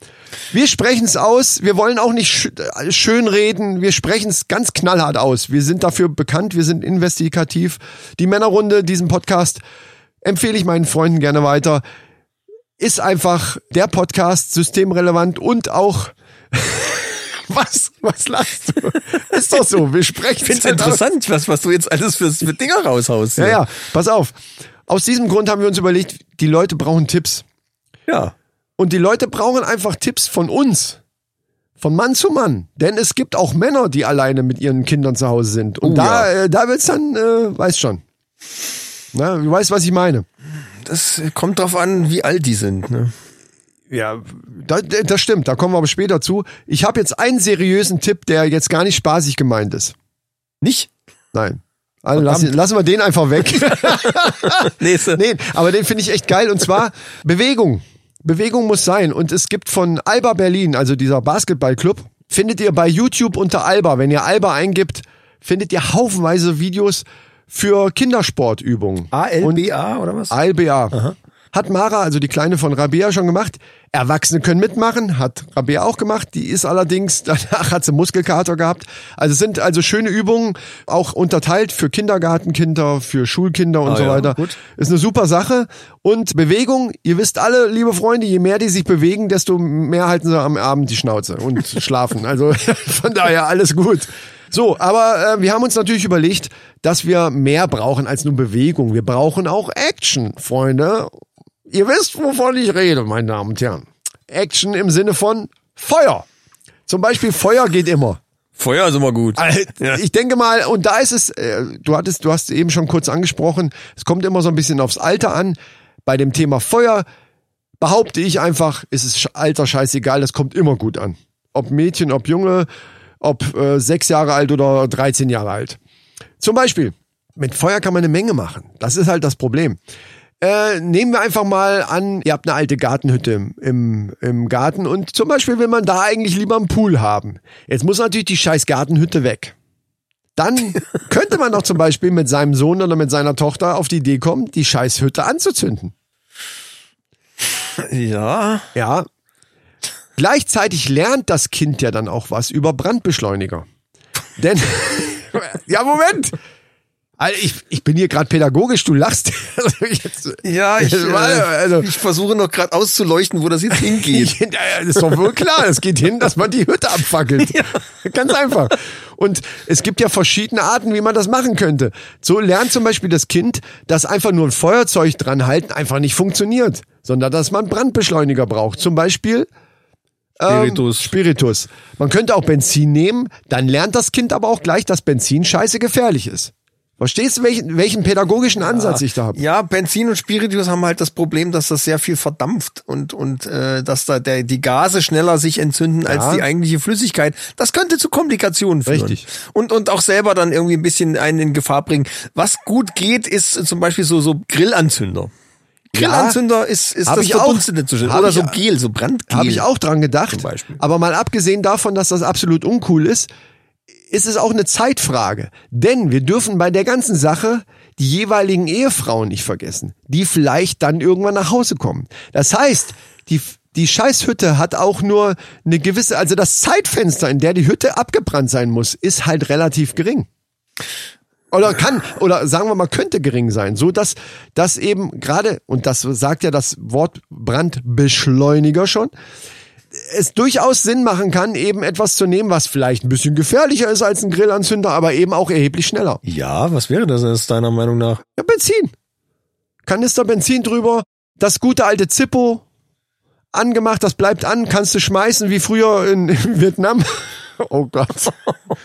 Wir sprechen es aus. Wir wollen auch nicht sch äh, schönreden. Wir sprechen es ganz knallhart aus. Wir sind dafür bekannt. Wir sind investigativ. Die Männerrunde, diesen Podcast, empfehle ich meinen Freunden gerne weiter. Ist einfach der Podcast systemrelevant und auch was, was lachst du? Ist doch so. Wir halt sprechen
Ich finde es interessant, was, was du jetzt alles für, für Dinger raushaust. ne?
Ja, ja, pass auf. Aus diesem Grund haben wir uns überlegt, die Leute brauchen Tipps.
Ja.
Und die Leute brauchen einfach Tipps von uns. Von Mann zu Mann. Denn es gibt auch Männer, die alleine mit ihren Kindern zu Hause sind. Und
Oh,
da,
ja.
äh, da wird's dann, äh, weißt schon. Na, du weißt, was ich meine.
Das äh, kommt drauf an, wie alt die sind. Ne?
Ja, da, da- das stimmt, da kommen wir aber später zu. Ich habe jetzt einen seriösen Tipp, der jetzt gar nicht spaßig gemeint ist.
Nicht?
Nein. Also lassen, lassen wir den einfach weg.
Lese.
Nee, aber den finde ich echt geil. Und zwar Bewegung. Bewegung muss sein. Und es gibt von Alba Berlin, also dieser Basketballclub, findet ihr bei YouTube unter Alba. Wenn ihr Alba eingibt, findet ihr haufenweise Videos für Kindersportübungen.
ALBA oder was?
Alba. Hat Mara, also die Kleine von Rabea, schon gemacht. Erwachsene können mitmachen, hat Rabea auch gemacht. Die ist allerdings, danach hat sie Muskelkater gehabt. Also es sind also schöne Übungen, auch unterteilt für Kindergartenkinder, für Schulkinder und
Ah
so
ja,
weiter.
gut.
Ist eine super Sache. Und Bewegung, ihr wisst alle, liebe Freunde, je mehr die sich bewegen, desto mehr halten sie am Abend die Schnauze und schlafen. Also von daher alles gut. So, aber äh, wir haben uns natürlich überlegt, dass wir mehr brauchen als nur Bewegung. Wir brauchen auch Action, Freunde. Ihr wisst, wovon ich rede, meine Damen und Herren. Action im Sinne von Feuer. Zum Beispiel Feuer geht immer.
Feuer ist immer gut. Ja.
Äh, Ich denke mal, und da ist es, äh, du hattest, du hast eben schon kurz angesprochen, es kommt immer so ein bisschen aufs Alter an. Bei dem Thema Feuer behaupte ich einfach, ist es sch- Alter scheißegal, das kommt immer gut an. Ob Mädchen, ob Junge, ob äh, sechs Jahre alt oder 13 Jahre alt. Zum Beispiel, mit Feuer kann man eine Menge machen. Das ist halt das Problem. Äh, nehmen wir einfach mal an, ihr habt eine alte Gartenhütte im, im, im Garten und zum Beispiel will man da eigentlich lieber einen Pool haben. Jetzt muss natürlich die scheiß Gartenhütte weg. Dann könnte man doch zum Beispiel mit seinem Sohn oder mit seiner Tochter auf die Idee kommen, die scheiß Hütte anzuzünden.
ja.
Ja. Gleichzeitig lernt das Kind ja dann auch was über Brandbeschleuniger. Denn, ja, Moment. Also ich, ich bin hier gerade pädagogisch, du lachst. Also jetzt,
Ja, ich, äh,
also,
ich versuche noch gerade auszuleuchten, wo das jetzt hingeht.
das ist doch wohl klar. Es geht hin, dass man die Hütte abfackelt. Ganz einfach. Und es gibt ja verschiedene Arten, wie man das machen könnte. So lernt zum Beispiel das Kind, dass einfach nur ein Feuerzeug dran halten einfach nicht funktioniert, sondern dass man Brandbeschleuniger braucht. Zum Beispiel ähm,
Spiritus.
Spiritus. Man könnte auch Benzin nehmen, dann lernt das Kind aber auch gleich, dass Benzin scheiße gefährlich ist. Verstehst du, welchen, welchen pädagogischen Ansatz ich da habe?
Ja, Benzin und Spiritus haben halt das Problem, dass das sehr viel verdampft und und äh, dass da der, die Gase schneller sich entzünden als
Ja.
die eigentliche Flüssigkeit. Das könnte zu Komplikationen führen.
Richtig.
Und und auch selber dann irgendwie ein bisschen einen in Gefahr bringen. Was gut geht, ist zum Beispiel so so Grillanzünder.
Ja.
Grillanzünder ist ist
Hab
das
ich auch.
verdunstende zwischen
Hab
oder
ich
so
auch.
Gel, so Brandgel.
Habe ich auch dran
Zum
gedacht.
Beispiel.
Aber mal abgesehen davon, dass das absolut uncool ist, ist es auch eine Zeitfrage. Denn wir dürfen bei der ganzen Sache die jeweiligen Ehefrauen nicht vergessen, die vielleicht dann irgendwann nach Hause kommen. Das heißt, die, die Scheißhütte hat auch nur eine gewisse, also das Zeitfenster, in der die Hütte abgebrannt sein muss, ist halt relativ gering. Oder kann, oder sagen wir mal, könnte gering sein. So dass das eben gerade, und das sagt ja das Wort Brandbeschleuniger schon, es durchaus Sinn machen kann, eben etwas zu nehmen, was vielleicht ein bisschen gefährlicher ist als ein Grillanzünder, aber eben auch erheblich schneller.
Ja, was wäre das jetzt deiner Meinung nach?
Ja, Benzin. Kanister Benzin drüber, das gute alte Zippo angemacht, das bleibt an, kannst du schmeißen wie früher in, in Vietnam. Oh Gott.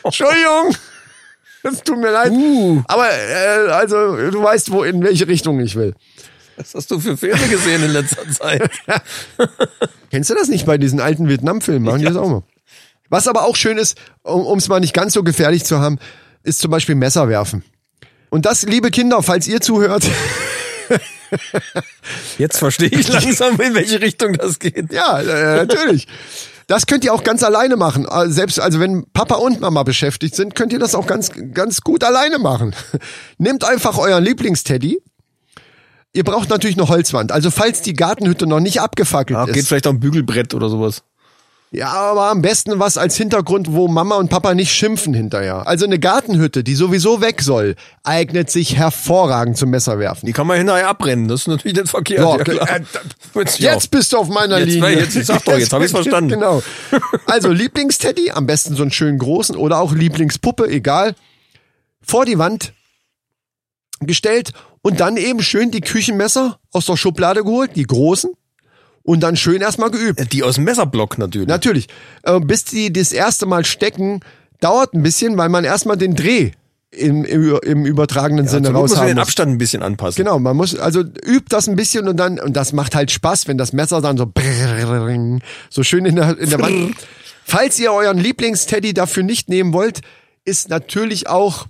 Entschuldigung. Es tut mir leid. Aber äh, also du weißt, wo in welche Richtung ich will.
Was hast du für Filme gesehen in letzter Zeit?
Kennst du das nicht bei diesen alten Vietnam-Filmen? Machen die das auch mal. Was aber auch schön ist, um es mal nicht ganz so gefährlich zu haben, ist zum Beispiel Messer werfen. Und das, liebe Kinder, falls ihr zuhört,
Jetzt verstehe ich langsam, in welche Richtung das geht.
ja, äh, natürlich. Das könnt ihr auch ganz alleine machen. Äh, Selbst, also wenn Papa und Mama beschäftigt sind, könnt ihr das auch ganz, ganz gut alleine machen. Nehmt einfach euren Lieblingsteddy, Ihr braucht natürlich eine Holzwand. Also falls die Gartenhütte noch nicht abgefackelt
Ja, geht
ist.
vielleicht auch ein Bügelbrett oder sowas.
Ja, aber am besten was als Hintergrund, wo Mama und Papa nicht schimpfen hinterher. Also eine Gartenhütte, die sowieso weg soll, eignet sich hervorragend zum Messerwerfen.
Die kann man hinterher abbrennen. Das ist natürlich nicht verkehrt.
Ja,
klar.
äh,
Wenn's- ja.
Jetzt bist du auf meiner
Jetzt-
Linie.
jetzt- sag doch, jetzt hab ich's verstanden.
Genau. Also Lieblingsteddy, am besten so einen schönen großen oder auch Lieblingspuppe, egal. Vor die Wand gestellt und dann eben schön die Küchenmesser aus der Schublade geholt, die großen, und dann schön erstmal geübt.
Die aus dem Messerblock natürlich.
Natürlich. Äh, bis die das erste Mal stecken, dauert ein bisschen, weil man erstmal den Dreh im, im, im übertragenen Sinne
Zur Not Also muss
raus
man
haben
den
muss.
Abstand ein bisschen anpassen.
Genau, man muss, also übt das ein bisschen und dann, und das macht halt Spaß, wenn das Messer dann so, brrrring, so schön in der, in der Wand. Falls ihr euren Lieblingsteddy dafür nicht nehmen wollt, ist natürlich auch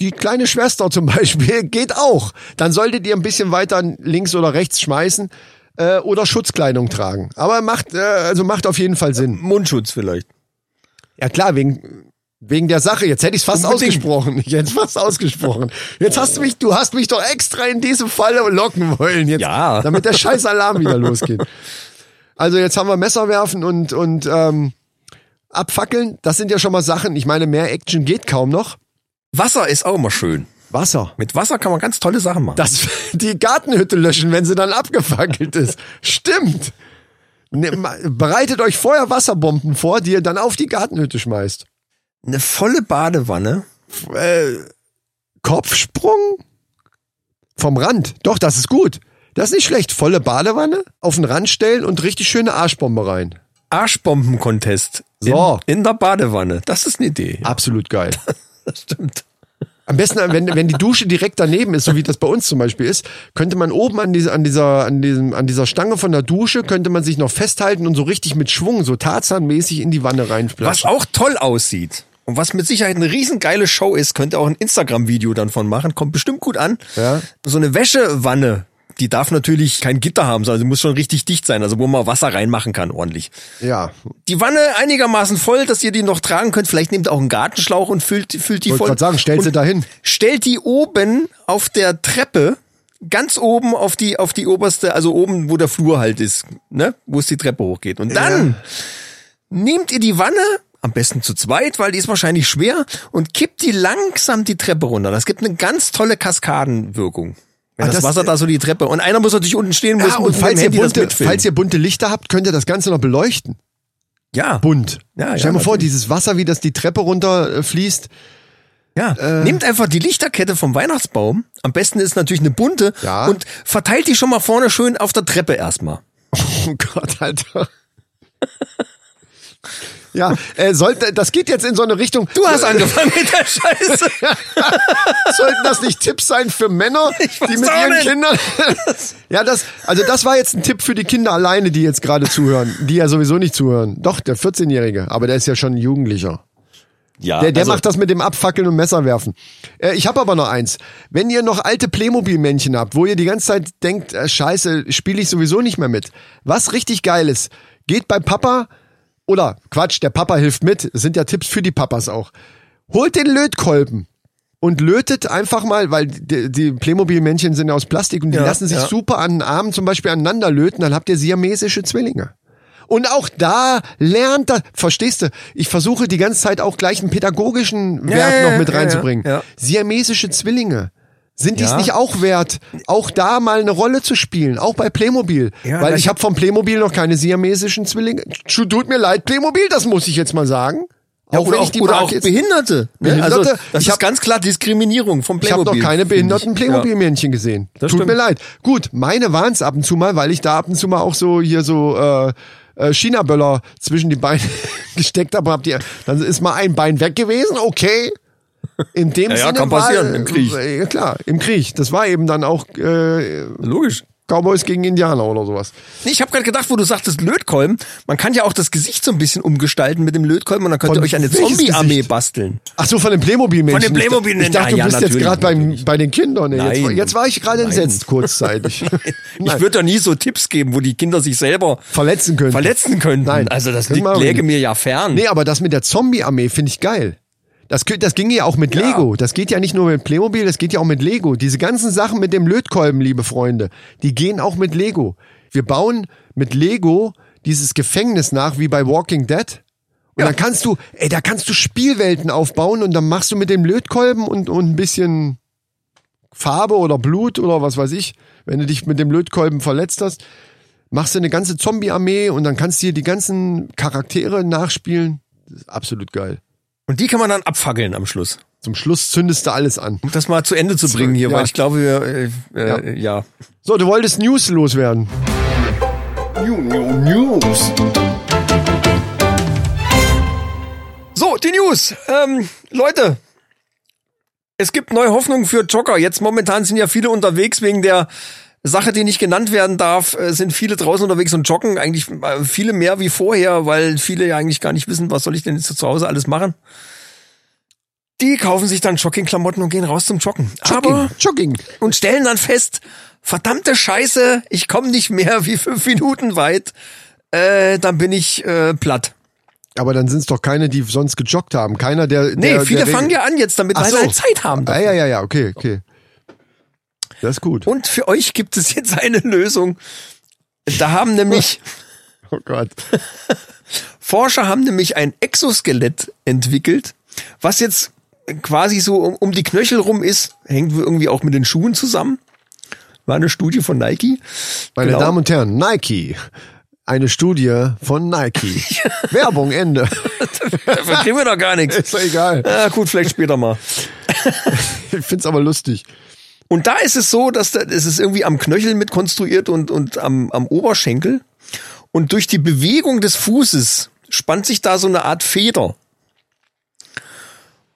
die kleine Schwester zum Beispiel, geht auch. Dann solltet ihr ein bisschen weiter links oder rechts schmeißen äh, oder Schutzkleidung tragen. Aber macht, äh, also macht auf jeden Fall Sinn.
Mundschutz vielleicht.
Ja klar, wegen, wegen der Sache. Jetzt hätte ich es fast
Unbedingt.
ausgesprochen. Ich hätte es fast ausgesprochen. Jetzt hast du mich, du hast mich doch extra in diesem Fall locken wollen. Jetzt,
Ja.
Damit der scheiß Alarm wieder losgeht. Also jetzt haben wir Messer werfen und, und ähm, abfackeln. Das sind ja schon mal Sachen. Ich meine, mehr Action geht kaum noch.
Wasser ist auch immer schön.
Wasser.
Mit Wasser kann man ganz tolle Sachen machen.
Das, die Gartenhütte löschen, wenn sie dann abgefackelt ist. Stimmt. Ne, ma- bereitet euch vorher Wasserbomben vor, die ihr dann auf die Gartenhütte schmeißt.
Eine volle Badewanne.
Kopfsprung vom Rand. Doch, das ist gut. Das ist nicht schlecht. Volle Badewanne auf den Rand stellen und richtig schöne Arschbombe rein.
Arschbomben-Contest.
So.
In, in der Badewanne. Das ist eine Idee.
Absolut geil.
Das stimmt.
Am besten, wenn, wenn die Dusche direkt daneben ist, so wie das bei uns zum Beispiel ist, könnte man oben an dieser, an dieser, an diesem, an dieser Stange von der Dusche, könnte man sich noch festhalten und so richtig mit Schwung, so tarzanmäßig in die Wanne
Was
reinflaschen.
auch toll aussieht und was mit Sicherheit eine riesengeile Show ist, könnt ihr auch ein Instagram-Video dann von machen. Kommt bestimmt gut an.
Ja.
So eine Wäschewanne. Die darf natürlich kein Gitter haben, sondern sie muss schon richtig dicht sein, also wo man Wasser reinmachen kann, ordentlich.
Ja.
die Wanne einigermaßen voll, dass ihr die noch tragen könnt. Vielleicht nehmt ihr auch einen Gartenschlauch und füllt, füllt die
Wollte
voll.
grad sagen, stellt sie
Und
dahin.
Stellt die oben auf der Treppe, ganz oben auf die, auf die oberste, also oben, wo der Flur halt ist, ne? Wo es die Treppe hochgeht. Und dann nehmt ihr die Wanne, am besten zu zweit, weil die ist wahrscheinlich schwer, und kippt die langsam die Treppe runter. Das gibt eine ganz tolle Kaskadenwirkung. Wenn
Ah,
das,
das-
Wasser da so die Treppe. Und einer muss natürlich unten stehen, muss
Ja, und
mit dem
falls ihr,
Handy das
bunte,
mitfilmen.
falls ihr bunte Lichter habt, könnt ihr das Ganze noch beleuchten.
ja.
Bunt.
Ja,
Stell
ja,
dir mal vor,
natürlich.
dieses Wasser, wie das die Treppe runter äh, fließt.
Ja,
Äh,
nehmt einfach die Lichterkette vom Weihnachtsbaum. Am besten ist natürlich eine bunte
Ja.
und verteilt die schon mal vorne schön auf der Treppe erstmal.
Oh Gott, Alter. Ja, äh, sollte, das geht jetzt in so eine Richtung.
Du hast angefangen mit der Scheiße.
Sollten das nicht Tipps sein für Männer,
Ich weiß
die mit
auch
ihren
nicht.
Kindern? ja, das, also das war jetzt ein Tipp für die Kinder alleine, die jetzt gerade zuhören, die ja sowieso nicht zuhören. Doch, der 14-Jährige, aber der ist ja schon ein Jugendlicher.
Ja, also
Der, der macht das mit dem Abfackeln und Messerwerfen. Äh, ich habe aber noch eins. Wenn ihr noch alte Playmobil-Männchen habt, wo ihr die ganze Zeit denkt, äh, scheiße, spiele ich sowieso nicht mehr mit. Was richtig geil ist, geht bei Papa oder Quatsch, der Papa hilft mit. Es sind ja Tipps für die Papas auch. Holt den Lötkolben und lötet einfach mal, weil die, die Playmobil-Männchen sind ja aus Plastik und die
Ja,
lassen sich
ja.
super an den Armen zum Beispiel aneinander löten, dann habt ihr siamesische Zwillinge. Und auch da lernt er, verstehst du, ich versuche die ganze Zeit auch gleich einen pädagogischen
Ja,
Wert
ja,
noch mit
ja,
reinzubringen.
ja, ja.
Siamesische Zwillinge. Sind dies
Ja.
nicht auch wert, auch da mal eine Rolle zu spielen, auch bei Playmobil?
Ja,
Weil
das-
ich habe vom Playmobil noch keine siamesischen Zwillinge. Tschu, Tut mir leid, Playmobil, das muss ich jetzt mal sagen.
ja, oder
wenn
auch, oder
Marke
auch
jetzt-
Behinderte. ne?
Behinderte?
Also, das
Ich
ist
hab-
ganz klar Diskriminierung vom
Ich habe
Playmobil.
noch keine
finde
behinderten
ich.
Playmobil-Männchen gesehen.
Das
Tut
stimmt.
mir leid. Gut, meine waren es ab und zu mal, weil ich da ab und zu mal auch so hier so äh, äh, China-Böller zwischen die Beine gesteckt habe. Hab die, dann ist mal ein Bein weg gewesen, okay. In dem
Ja, ja,
Sinne
kann
war,
passieren, im Krieg.
äh, Ja, klar, im Krieg. Das war eben dann auch äh,
Ja. Logisch.
Cowboys gegen Indianer oder sowas.
Nee, ich habe gerade gedacht, wo du sagtest Lötkolben, man kann ja auch das Gesicht so ein bisschen umgestalten mit dem Lötkolben und dann könnt
Von
ihr euch eine
welches
Zombie-Armee
Gesicht?
basteln.
Ach so, von den Playmobil-Männchen.
Von den Playmobil-Männchen,
Ich dachte, du
ja,
bist jetzt
natürlich,
gerade beim-
natürlich.
bei den Kindern. Nee, jetzt,
Nein.
jetzt war ich gerade
Nein.
entsetzt, kurzzeitig.
Ich würde doch nie so Tipps geben, wo die Kinder sich selber
verletzen können.
verletzen könnten.
Nein,
also das
können
liegt,
wir auch
läge
nicht.
mir ja fern.
Nee, aber das mit der Zombie-Armee finde ich geil. Das, kö- das ging ja auch mit Lego. Das geht ja nicht nur mit Playmobil, das geht ja auch mit Lego. Diese ganzen Sachen mit dem Lötkolben, liebe Freunde, die gehen auch mit Lego. Wir bauen mit Lego dieses Gefängnis nach, wie bei Walking Dead. Und dann kannst du, ey, da kannst du Spielwelten aufbauen und dann machst du mit dem Lötkolben und, und ein bisschen Farbe oder Blut oder was weiß ich, wenn du dich mit dem Lötkolben verletzt hast, machst du eine ganze Zombie-Armee und dann kannst du hier die ganzen Charaktere nachspielen. Das ist absolut geil.
Und die kann man dann abfackeln am Schluss.
Zum Schluss zündest du alles an.
Um das mal zu Ende zu bringen hier,
Ja.
weil ich glaube, wir, äh, äh, ja.
So, du wolltest News loswerden. News.
So, die News. Ähm, Leute, es gibt neue Hoffnung für Jogger. Jetzt momentan sind ja viele unterwegs wegen der Sache, die nicht genannt werden darf, äh, sind viele draußen unterwegs und joggen eigentlich äh, viele mehr wie vorher, weil viele ja eigentlich gar nicht wissen, was soll ich denn jetzt zu Hause alles machen. Die kaufen sich dann Joggingklamotten und gehen raus zum Joggen. Aber
Jogging.
und stellen dann fest, verdammte Scheiße, ich komme nicht mehr wie fünf Minuten weit, äh, dann bin ich äh, platt.
Aber dann sind es doch keine, die sonst gejoggt haben. Keiner, der.
Nee,
der,
viele
der
fangen ja an jetzt damit,
Ach
weil
so.
sie halt Zeit haben.
Ah, ja, ja, ja, okay, okay. Das ist gut.
Und für euch gibt es jetzt eine Lösung. Da haben nämlich,
Oh Gott.
Forscher haben nämlich ein Exoskelett entwickelt, was jetzt quasi so um, um die Knöchel rum ist, hängt irgendwie auch mit den Schuhen zusammen. War eine Studie von Nike.
Meine
Genau.
Damen und Herren, Nike. Eine Studie von Nike. Werbung, Ende.
Davon kriegen wir doch gar nichts.
Ist doch egal.
Ah, gut, vielleicht später mal.
Ich find's aber lustig.
Und da ist es so, dass da, es ist irgendwie am Knöchel mit konstruiert und, und am, am Oberschenkel. Und durch die Bewegung des Fußes spannt sich da so eine Art Feder.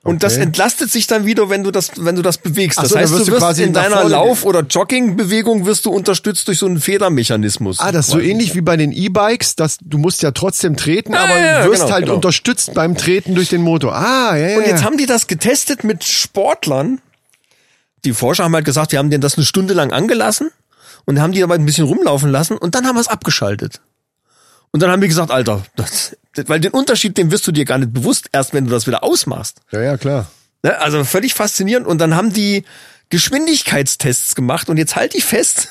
Und das
Okay.
entlastet sich dann wieder, wenn du das, wenn du das bewegst.
Ach
Das
so, dann
heißt,
wirst
du
du
wirst
quasi
in
nach
deiner
vorne
Lauf- oder Joggingbewegung wirst du unterstützt durch so einen Federmechanismus.
Ah, das ist so ähnlich wie bei den E-Bikes, dass du musst ja trotzdem treten,
Ja,
aber
ja, ja,
du wirst
genau,
halt
genau.
unterstützt beim Treten durch den Motor. Ah, ja, ja.
Und jetzt
ja.
haben die das getestet mit Sportlern. Die Forscher haben halt gesagt, wir haben denen das eine Stunde lang angelassen und haben die dabei ein bisschen rumlaufen lassen und dann haben wir es abgeschaltet. Und dann haben die gesagt, Alter, das, das, weil den Unterschied, den wirst du dir gar nicht bewusst, erst wenn du das wieder ausmachst.
ja, ja, klar.
Ne? Also völlig faszinierend. Und dann haben die Geschwindigkeitstests gemacht und jetzt halte ich fest,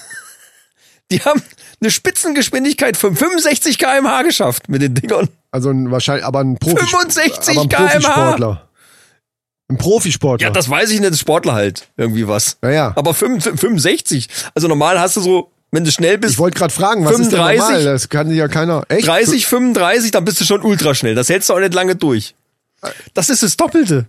die haben eine Spitzengeschwindigkeit von 65 kmh geschafft mit den Dingern.
Also ein, wahrscheinlich, aber ein Profi
65
aber ein
km/h.
Profisportler. Ein Profisportler.
Ja, das weiß ich nicht, das Sportler halt irgendwie was.
Ja, ja.
Aber 5 65, also normal hast du so, wenn du schnell bist,
ich wollte gerade fragen, was ist denn
35?
normal? Das kann ja keiner. Echt?
30, 35, dann bist du schon ultraschnell. Das hältst du auch nicht lange durch. Das ist das Doppelte.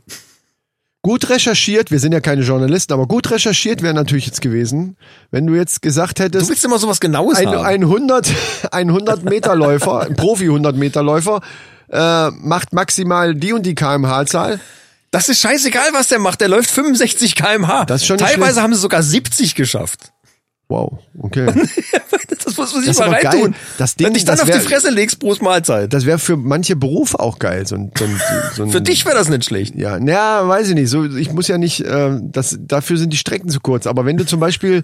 Gut recherchiert, wir sind ja keine Journalisten, aber gut recherchiert wäre natürlich jetzt gewesen, wenn du jetzt gesagt
Du
hättest,
willst immer sowas Genaues
ein,
haben.
ein 100, ein 100 Meter Läufer, ein Profi 100 Meter Läufer, äh, macht maximal die und die kmh-Zahl.
das ist scheißegal, was der macht. Der läuft 65 kmh.
Das ist schon nicht
Teilweise
schlecht.
haben sie sogar 70 geschafft.
Wow, okay.
Das muss man sich
Das ist
mal
aber geil.
reintun.
Das Ding,
wenn dich dann
das
auf die
wär-
Fresse legst, Prost Mahlzeit.
Das wäre für manche Berufe auch geil. So ein, so ein, so ein,
Für dich wäre das nicht schlecht.
Ja, naja, weiß ich nicht. So, ich muss ja nicht, äh, das, dafür sind die Strecken zu kurz. Aber wenn du zum Beispiel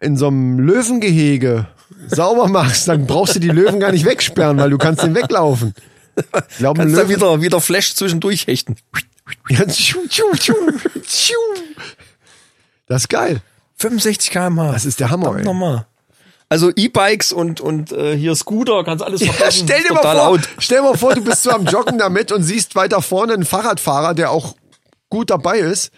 in so einem Löwengehege sauber machst, dann brauchst du die Löwen gar nicht wegsperren, weil du kannst den weglaufen. Ich glaube, ein
Kannst da
Löwe
wieder, wieder Flash zwischendurch hechten.
Ja, tschu, tschu, tschu, tschu. Das ist geil.
65 km/h.
Das ist der Hammer, ey.
Nochmal. Also E-Bikes und, und äh, hier Scooter, kannst alles
Ja,
vergessen.
stell dir mal vor,
Total out.
stell dir mal vor, du bist so am Joggen damit und siehst weiter vorne einen Fahrradfahrer, der auch gut dabei ist.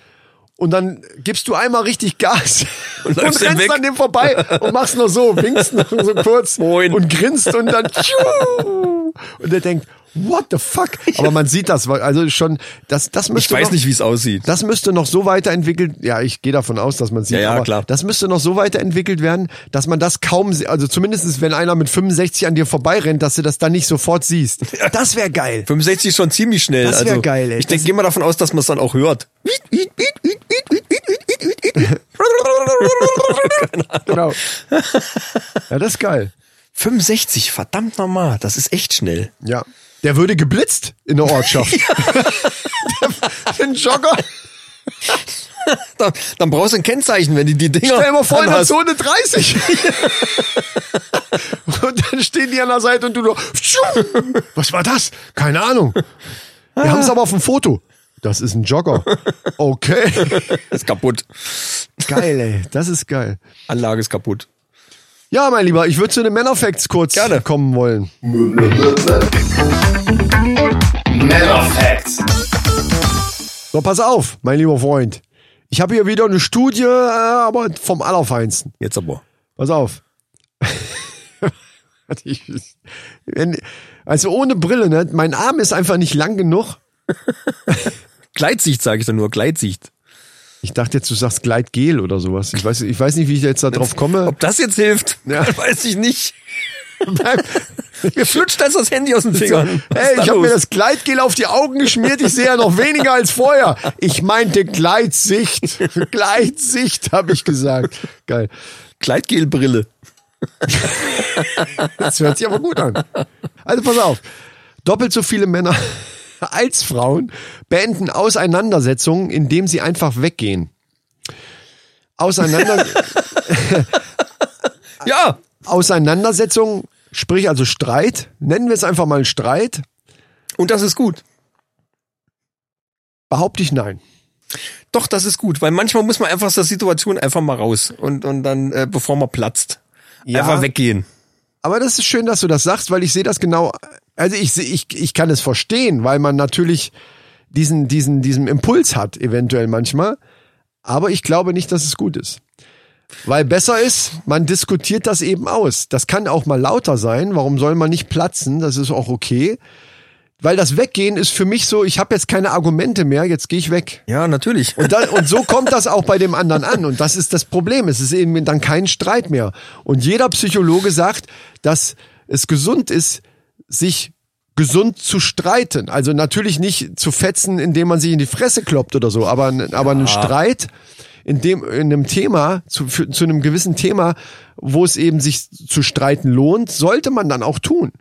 Und dann gibst du einmal richtig Gas und,
läufst ihm
rennst
weg.
an dem vorbei und machst nur so, winkst nur so kurz
Moin.
und grinst und dann tschu. und der denkt, what the fuck? Aber man sieht das, weil also schon, das, das
Ich
müsste
weiß
noch-
nicht, wie es aussieht.
Das müsste noch so weiterentwickelt, ja, ich gehe davon aus, dass man sieht,
Ja, ja,
aber
klar.
das müsste noch so weiterentwickelt werden, dass man das kaum, se- also zumindestens wenn einer mit 65 an dir vorbeirennt, dass du das dann nicht sofort siehst. Das wäre geil.
65 ist schon ziemlich schnell.
Das wär
also,
geil, ey.
Ich denke, geh mal davon aus, dass man es dann auch hört.
Genau. Ja, das ist geil.
65, verdammt nochmal, das ist echt schnell.
Ja. Der würde geblitzt in der Ortschaft. der, ein Jogger.
Dann, dann brauchst du ein Kennzeichen, wenn du die Dinger
Stell dir mal vor, in der
anhast.
Zone 30. und dann stehen die an der Seite
Ah.
und du nur, was war das? Keine Ahnung. Wir haben es aber auf dem Foto. Das ist ein Jogger. Okay.
Ist kaputt.
geil, ey. Das ist geil.
Anlage ist kaputt.
Ja, mein Lieber, ich würde zu den Männerfacts kurz
Gerne.
kommen wollen.
Männerfacts.
So, pass auf, mein lieber Freund. Ich habe hier wieder eine Studie, äh, aber vom Allerfeinsten.
Jetzt aber.
Pass auf. Warte, ich- Wenn, also ohne Brille, ne? Mein Arm ist einfach nicht lang genug.
Gleitsicht sage ich doch nur, Gleitsicht.
Ich dachte jetzt, du sagst Gleitgel oder sowas. Ich weiß, ich weiß nicht, wie ich jetzt da drauf komme.
Ob das jetzt hilft,
Ja.
weiß ich nicht. Mir flutscht das das Handy aus den Fingern. Was ist
Hey,
da
ich habe mir
los?
das Gleitgel auf die Augen geschmiert. Ich sehe ja noch weniger als vorher. Ich meinte Gleitsicht. Gleitsicht, habe ich gesagt. Geil.
Gleitgelbrille.
Das hört sich aber gut an. Also pass auf. Doppelt so viele Männer als Frauen beenden Auseinandersetzungen, indem sie einfach weggehen. Auseinander
Ja,
Auseinandersetzung, sprich also Streit, nennen wir es einfach mal einen Streit,
und das ist gut.
behaupte ich nein.
Doch, das ist gut, weil manchmal muss man einfach aus der Situation einfach mal raus und, und dann, äh, bevor man platzt, einfach weggehen.
Aber das ist schön, dass du das sagst, weil ich sehe das genau. Also ich, seh- ich, ich kann es verstehen, weil man natürlich diesen, diesen, diesen Impuls hat, eventuell manchmal. Aber ich glaube nicht, dass es gut ist. Weil besser ist, man diskutiert das eben aus. Das kann auch mal lauter sein. Warum soll man nicht platzen? Das ist auch okay. Weil das Weggehen ist für mich so, ich habe jetzt keine Argumente mehr, jetzt gehe ich weg.
Ja, natürlich.
Und, dann, und so kommt das auch bei dem anderen an. Und das ist das Problem. Es ist eben dann kein Streit mehr. Und jeder Psychologe sagt, dass es gesund ist, sich gesund zu streiten. Also natürlich nicht zu fetzen, indem man sich in die Fresse kloppt oder so, aber, aber einen Streit in dem in einem Thema zu, für, zu einem gewissen Thema, wo es eben sich zu streiten lohnt, sollte man dann auch tun.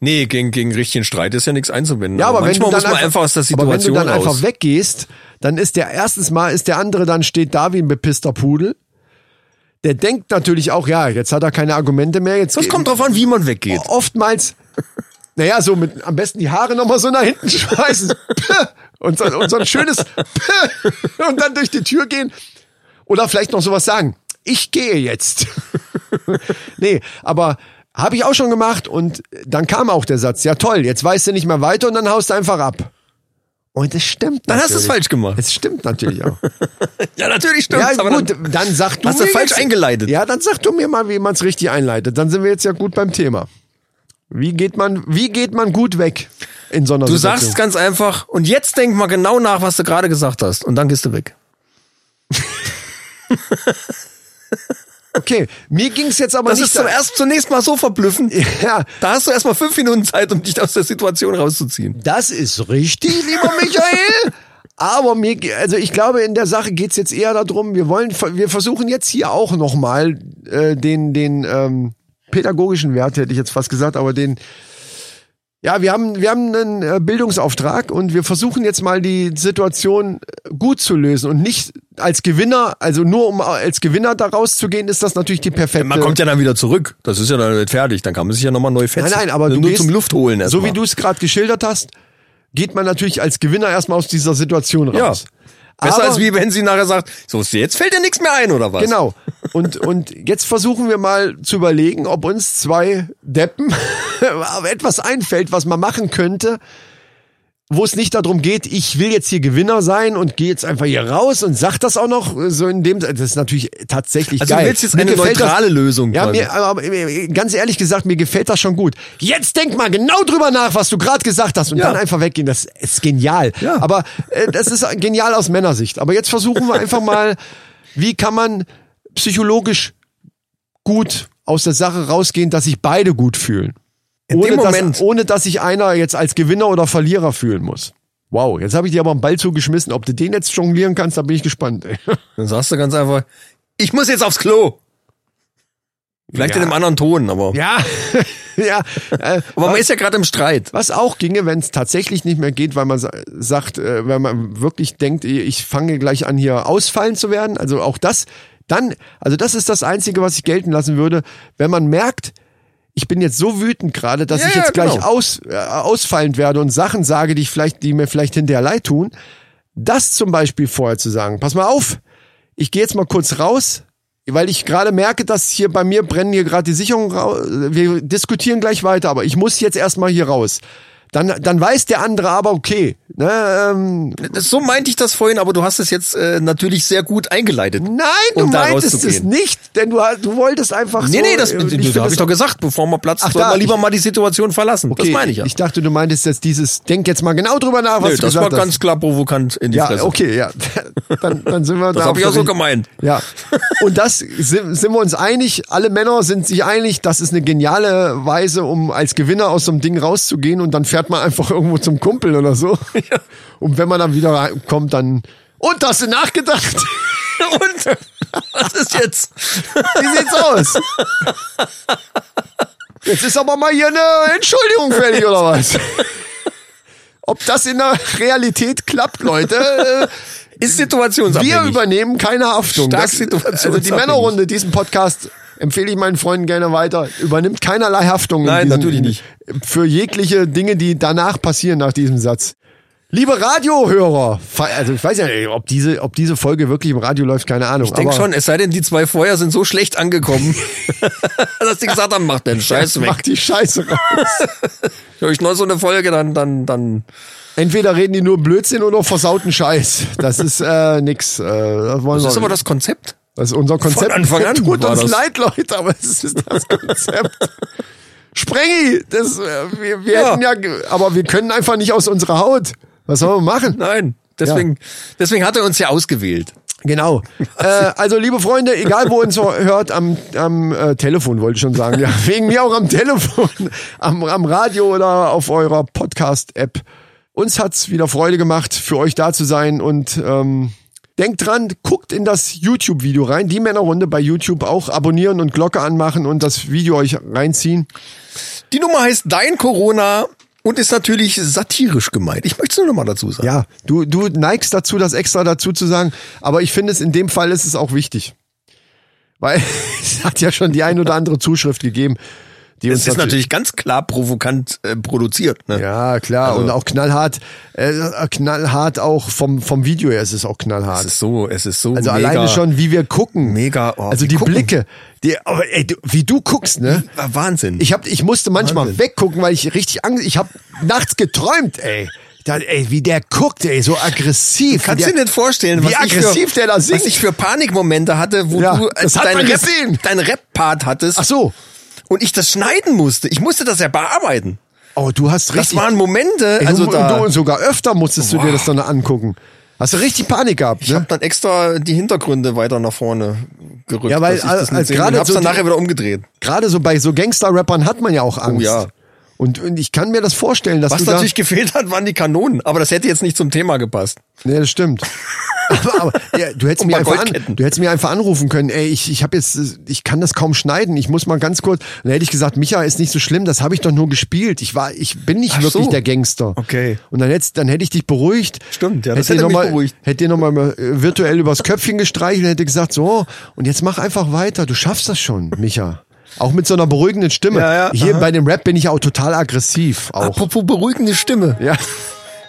Nee, gegen, gegen richtigen Streit ist ja nichts einzuwenden.
Ja, aber wenn
manchmal
du dann
muss man einfach, aus der
aber wenn du
Situation
dann
raus.
einfach weggehst, dann ist der erstens mal ist der andere dann steht da wie ein bepisster Pudel. Der denkt natürlich auch, ja, jetzt hat er keine Argumente mehr. Jetzt
Das
geht-
kommt drauf an, wie man weggeht.
oftmals, naja, so mit am besten die Haare noch mal so nach hinten schmeißen und so, und so ein schönes und dann durch die Tür gehen oder vielleicht noch sowas sagen. Ich gehe jetzt. nee, aber habe ich auch schon gemacht und dann kam auch der Satz, ja toll, jetzt weißt du nicht mehr weiter und dann haust du einfach ab. Und es stimmt.
Dann hast du es
natürlich.
falsch gemacht.
Es stimmt natürlich auch.
Ja, natürlich stimmt.
ja, gut, dann, sag du
hast
mir
du falsch
jetzt,
eingeleitet.
Ja, dann sag du mir mal, wie man es richtig einleitet. Dann sind wir jetzt ja gut beim Thema. Wie geht man, wie geht man gut weg in so einer
Du
Situation?
sagst ganz einfach, und jetzt denk mal genau nach, was du gerade gesagt hast, und dann gehst du weg.
okay, mir ging es jetzt aber
Das
nicht.
ist zum
da-
erst, zunächst mal so verblüffend.
ja,
Da hast du erstmal fünf Minuten Zeit, um dich aus der Situation rauszuziehen.
das ist richtig, lieber Michael. Aber mir, ge- also ich glaube, in der Sache geht es jetzt eher darum, wir wollen, ver- wir versuchen jetzt hier auch nochmal äh, den, den ähm, pädagogischen Wert, hätte ich jetzt fast gesagt, aber den, Ja, wir haben, wir haben einen äh, Bildungsauftrag und wir versuchen jetzt mal die Situation äh, gut zu lösen und nicht als Gewinner, also nur um als Gewinner daraus zu gehen, ist das natürlich die perfekte.
Man kommt ja dann wieder zurück. Das ist ja dann nicht fertig. Dann kann man sich ja nochmal neu fetzen.
nein, nein, aber du
Nur
gehst,
zum Luft holen erst
So wie
also mal.
du es gerade geschildert hast, geht man natürlich als Gewinner erstmal aus dieser Situation
Ja.
raus.
Besser
Aber-
als wie wenn sie nachher sagt, so, jetzt fällt dir nichts mehr ein, oder was?
Genau. Und, und jetzt versuchen wir mal zu überlegen, ob uns zwei Deppen etwas einfällt, was man machen könnte, wo es nicht darum geht, ich will jetzt hier Gewinner sein und gehe jetzt einfach hier raus und sag das auch noch. äh, So in dem, das ist natürlich tatsächlich
Also du
geil.
willst jetzt eine
gefällt
neutrale Lösung
Ja,
quasi.
mir, aber, aber, ganz ehrlich gesagt, mir gefällt das schon gut. Jetzt denk mal genau drüber nach, was du gerade gesagt hast und
Ja.
dann einfach weggehen. Das ist genial.
Ja.
Aber äh, das ist genial aus Männersicht. Aber jetzt versuchen wir einfach mal, wie kann man psychologisch gut aus der Sache rausgehen, dass sich beide gut fühlen.
dem
Ohne
Moment.
dass, oh- ohne dass sich einer jetzt als Gewinner oder Verlierer fühlen muss. Wow, jetzt habe ich dir aber einen Ball zugeschmissen. Ob du den jetzt jonglieren kannst, da bin ich gespannt. Ey.
Dann sagst du ganz einfach, ich muss jetzt aufs Klo. Vielleicht in einem anderen Ton, aber.
Ja. ja. Äh,
Aber man ist ja gerade im Streit.
Was auch ginge, wenn es tatsächlich nicht mehr geht, weil man sa- sagt, äh, wenn man wirklich denkt, eh, ich fange gleich an, hier ausfallen zu werden. Also auch das, dann, also das ist das Einzige, was ich gelten lassen würde, wenn man merkt, ich bin jetzt so wütend gerade, dass
Ja,
ich
ja,
jetzt gleich
genau.
aus, äh, ausfallend werde und Sachen sage, die ich vielleicht, die mir vielleicht hinterher leid tun. Das zum Beispiel vorher zu sagen. Pass mal auf, ich gehe jetzt mal kurz raus, weil ich gerade merke, dass hier bei mir brennen hier gerade die Sicherungen raus. Wir diskutieren gleich weiter, aber ich muss jetzt erstmal hier raus. Dann, dann weiß der andere aber, okay, ne, ähm,
Das, so meinte ich das vorhin, aber du hast es jetzt äh, natürlich sehr gut eingeleitet.
Nein, du
um da
meintest es
rauszugehen.
nicht, denn du, du wolltest einfach
Nee,
so.
nee, das,
äh,
das,
ich
das
finde
habe ich
das-
doch gesagt. Bevor man platzt,
Ach,
soll
da,
man lieber
ich-
mal die Situation verlassen.
Okay,
das meine ich ja.
Ich dachte, du meintest jetzt dieses, denk jetzt mal genau drüber nach, was
Nö,
du
das
gesagt
war
hast.
ganz klar provokant in die
ja,
Fresse.
okay, ja. Dann, dann sind wir da.
Das
auf
habe ich auch
der
so
richt-
gemeint.
Ja. Und das sind, sind wir uns einig. Alle Männer sind sich einig. Das ist eine geniale Weise, um als Gewinner aus so einem Ding rauszugehen und dann fährt man einfach irgendwo zum Kumpel oder so. Und wenn man dann wieder reinkommt, dann. Und hast du nachgedacht?
Und was ist jetzt?
Wie sieht's aus? Jetzt ist aber mal hier eine Entschuldigung fällig, oder was? Ob das in der Realität klappt, Leute,
Ist
äh,
situationsabhängig.
wir übernehmen keine Haftung.
Stark
Das, also die
situationsabhängig.
Männerrunde, diesen Podcast empfehle ich meinen Freunden gerne weiter, übernimmt keinerlei Haftung. in
Nein,
diesem,
natürlich nicht.
Für jegliche Dinge, die danach passieren nach diesem Satz. Liebe Radiohörer, fe- also ich weiß ja nicht, ob diese, ob diese Folge wirklich im Radio läuft, keine Ahnung.
Ich denke
aber-
schon, es sei denn, die zwei vorher sind so schlecht angekommen, dass die gesagt haben, macht den Scheiß weg.
Macht die Scheiße raus.
Hör ich noch so eine Folge, dann, dann, dann.
Entweder reden die nur Blödsinn oder versauten Scheiß. Das ist äh, nix. Äh, das, wollen
Das
wir
ist aber
nicht.
das Konzept.
das ist unser Konzept.
Von Anfang an
Tut
war
uns
das.
leid, Leute, aber es ist das Konzept. Sprengi, das, äh, wir, wir
Ja.
hätten ja, ge- aber wir können einfach nicht aus unserer Haut. Was sollen wir machen?
Nein. Deswegen, deswegen hat er uns ja ausgewählt.
Genau. Äh, also liebe Freunde, egal wo ihr uns hört, am, am äh, Telefon wollte ich schon sagen. Ja, wegen mir auch am Telefon, am, am Radio oder auf eurer Podcast-App. Uns hat's wieder Freude gemacht, für euch da zu sein und ähm, denkt dran, guckt in das YouTube-Video rein. Die Männerrunde bei YouTube auch abonnieren und Glocke anmachen und das Video euch reinziehen.
Die Nummer heißt Dein Corona und ist natürlich satirisch gemeint. Ich möchte es nur noch mal dazu sagen.
Ja, du, du neigst dazu, das extra dazu zu sagen, aber ich finde es in dem Fall ist es auch wichtig. Weil es hat ja schon die ein oder andere Zuschrift gegeben, die uns
Es ist natürlich ganz klar provokant äh, produziert. Ne?
ja, klar, und auch knallhart, äh, knallhart auch vom, vom Video her ist es auch knallhart.
Es ist so, es ist so.
also
mega.
alleine schon, wie wir gucken.
Mega, oh,
also
wir
die
gucken.
Blicke, die, aber ey, du, wie du guckst, ne?
Wahnsinn.
Ich hab, ich musste manchmal
Wahnsinn.
weggucken, weil ich richtig Angst. Ich habe nachts geträumt, ey. Da, ey, wie der guckt, ey, so aggressiv.
Kannst
Wie
du
der,
dir nicht vorstellen,
wie
was,
aggressiv
ich für,
der da singt?
was ich für Panikmomente hatte, wo
Ja,
du äh,
das hat
dein
man
Rap-
gesehen.
dein Rap-Part hattest
Ach so.
und ich das schneiden musste. Ich musste das ja bearbeiten.
Oh, du hast richtig.
Das waren Momente,
ey,
also
du,
da,
du, und sogar öfter musstest du dir das dann angucken. Hast du richtig Panik gehabt,
ich habe
ne?
dann extra die Hintergründe weiter nach vorne gerückt.
Ja, weil
dass ich das
als-
nicht
als
sehen
gerade
will. hab's
so
dann
die-
nachher wieder umgedreht.
Gerade so bei so Gangster-Rappern hat man ja auch Angst.
Oh ja.
Und, und ich kann mir das vorstellen, dass
Was
du da,
natürlich gefehlt hat, waren die Kanonen. Aber das hätte jetzt nicht zum Thema gepasst.
Nee, das stimmt. aber aber ja, du, hättest
Und
mir
mal
einfach an,
Um Goldketten.
du hättest mir einfach anrufen können, ey, ich, ich habe jetzt, äh, ich kann das kaum schneiden, ich muss mal ganz kurz. Und dann hätte ich gesagt, Micha, ist nicht so schlimm, das habe ich doch nur gespielt. Ich war, ich bin nicht
Ach
wirklich
so.
der Gangster.
Okay.
Und dann hättest, dann hätte ich dich beruhigt.
Stimmt, ja, das
dir
hätte mich
noch mal,
beruhigt.
Hätte dir nochmal virtuell übers Köpfchen gestreichelt und hätte gesagt, so, und jetzt mach einfach weiter, du schaffst das schon, Micha. Auch mit so einer beruhigenden Stimme.
Ja, ja,
Hier bei dem Rap bin ich auch total aggressiv. Auch.
Apropos beruhigende Stimme.
Ja.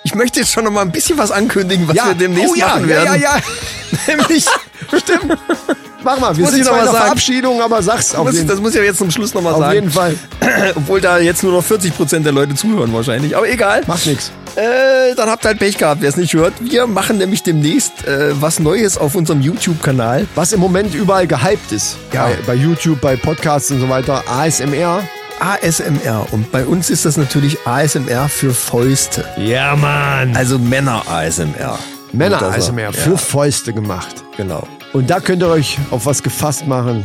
Ich möchte jetzt schon noch mal ein bisschen was ankündigen, was
ja.
wir demnächst
oh, ja,
machen
ja,
werden.
ja, ja.
Nämlich,
Stimmt. Mach mal, wir
Muss
sind
ich
zwar
noch
in
mal
der
sagen.
Verabschiedung, aber sag's auf,
muss, ich-
jeden,
das muss ich ja jetzt zum Schluss noch mal
auf
sagen.
jeden Fall.
Obwohl da jetzt nur noch 40% der Leute zuhören wahrscheinlich, aber egal.
Macht nix.
Äh, dann habt halt Pech gehabt, wer es nicht hört. Wir machen nämlich demnächst äh, was Neues auf unserem YouTube-Kanal.
Was im Moment überall gehypt ist.
Ja.
Bei, bei YouTube, bei Podcasts und so weiter. ASMR.
ASMR. Und bei uns ist das natürlich ASMR für Fäuste.
Ja, Mann.
Also Männer-ASMR.
Männer
Und das-
ASMR.
Ja,
Für Fäuste gemacht.
genau.
Und da könnt ihr euch auf was gefasst machen.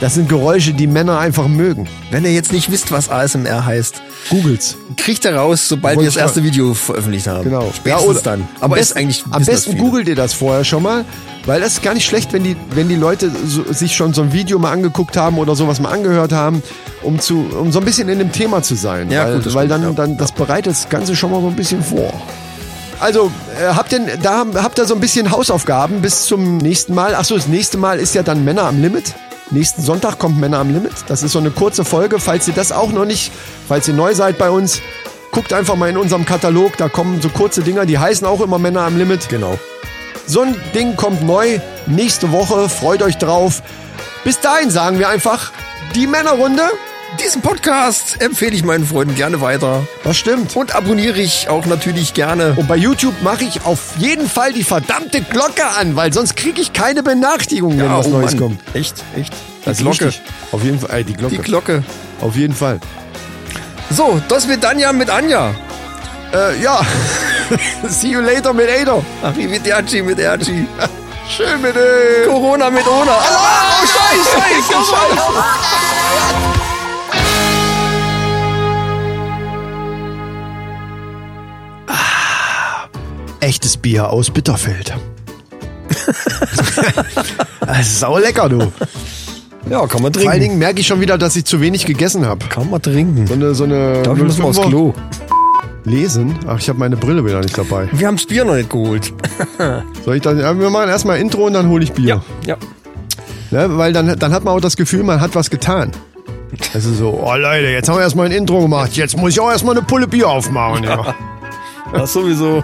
Das sind Geräusche, die Männer einfach mögen.
Wenn ihr jetzt nicht wisst, was ASMR heißt,
Googles.
kriegt ihr raus, sobald wir
Wollte
das
ich
erste Video veröffentlicht haben.
Genau.
Spätestens dann.
Aber
Aber
am
ist
besten,
eigentlich
am
wissen das
besten
viele.
googelt ihr das vorher schon mal, weil das ist gar nicht schlecht, wenn die, wenn die Leute so, sich schon so ein Video mal angeguckt haben oder sowas mal angehört haben, um, zu, um so ein bisschen in dem Thema zu sein.
Ja,
weil
gut, das
weil
stimmt,
dann,
ja.
dann das bereitet das Ganze schon mal so ein bisschen vor. Also, äh, habt ihr, da haben- habt ihr so ein bisschen Hausaufgaben bis zum nächsten Mal. Achso, das nächste Mal ist ja dann Männer am Limit. Nächsten Sonntag kommt Männer am Limit. Das ist so eine kurze Folge. Falls ihr das auch noch nicht, falls ihr neu seid bei uns, guckt einfach mal in unserem Katalog. Da kommen so kurze Dinger, die heißen auch immer Männer am Limit.
Genau.
So ein Ding kommt neu nächste Woche. Freut euch drauf. Bis dahin sagen wir einfach die Männerrunde.
Diesen Podcast empfehle ich meinen Freunden gerne weiter.
Das stimmt.
Und abonniere ich auch natürlich gerne.
Und bei YouTube mache ich auf jeden Fall die verdammte Glocke an, weil sonst kriege ich keine Benachrichtigung, wenn was
oh
Neues
Mann.
kommt.
Echt, echt. Die
Das ist
Glocke.
wichtig. Auf jeden Fall, äh, die Glocke.
Die Glocke.
Auf jeden Fall.
So, das wird Danja mit Anja.
Äh, ja. See you later mit Ada.
Arrivederci mit Erci.
Schön mit dir.
Corona mit Ona. Oh, scheiße, scheiße, scheiße.
Echtes Bier aus Bitterfeld. das ist sau lecker, du.
Ja, kann man
Vor allen
trinken.
Dingen merke ich schon wieder, dass ich zu wenig gegessen habe.
Kann man trinken.
So eine, so eine
Darf ich muss mal aufs
05er
Klo.
Lesen? Ach, ich habe meine Brille wieder nicht dabei.
Wir haben das Bier noch nicht geholt.
Soll ich dann, ja, wir machen erstmal Intro und dann hole ich Bier.
Ja.
Ne? Weil dann, dann hat man auch das Gefühl, man hat was getan. Also so, oh Leute, jetzt haben wir erstmal ein Intro gemacht, jetzt muss ich auch erstmal eine Pulle Bier aufmachen. Ja.
Das sowieso.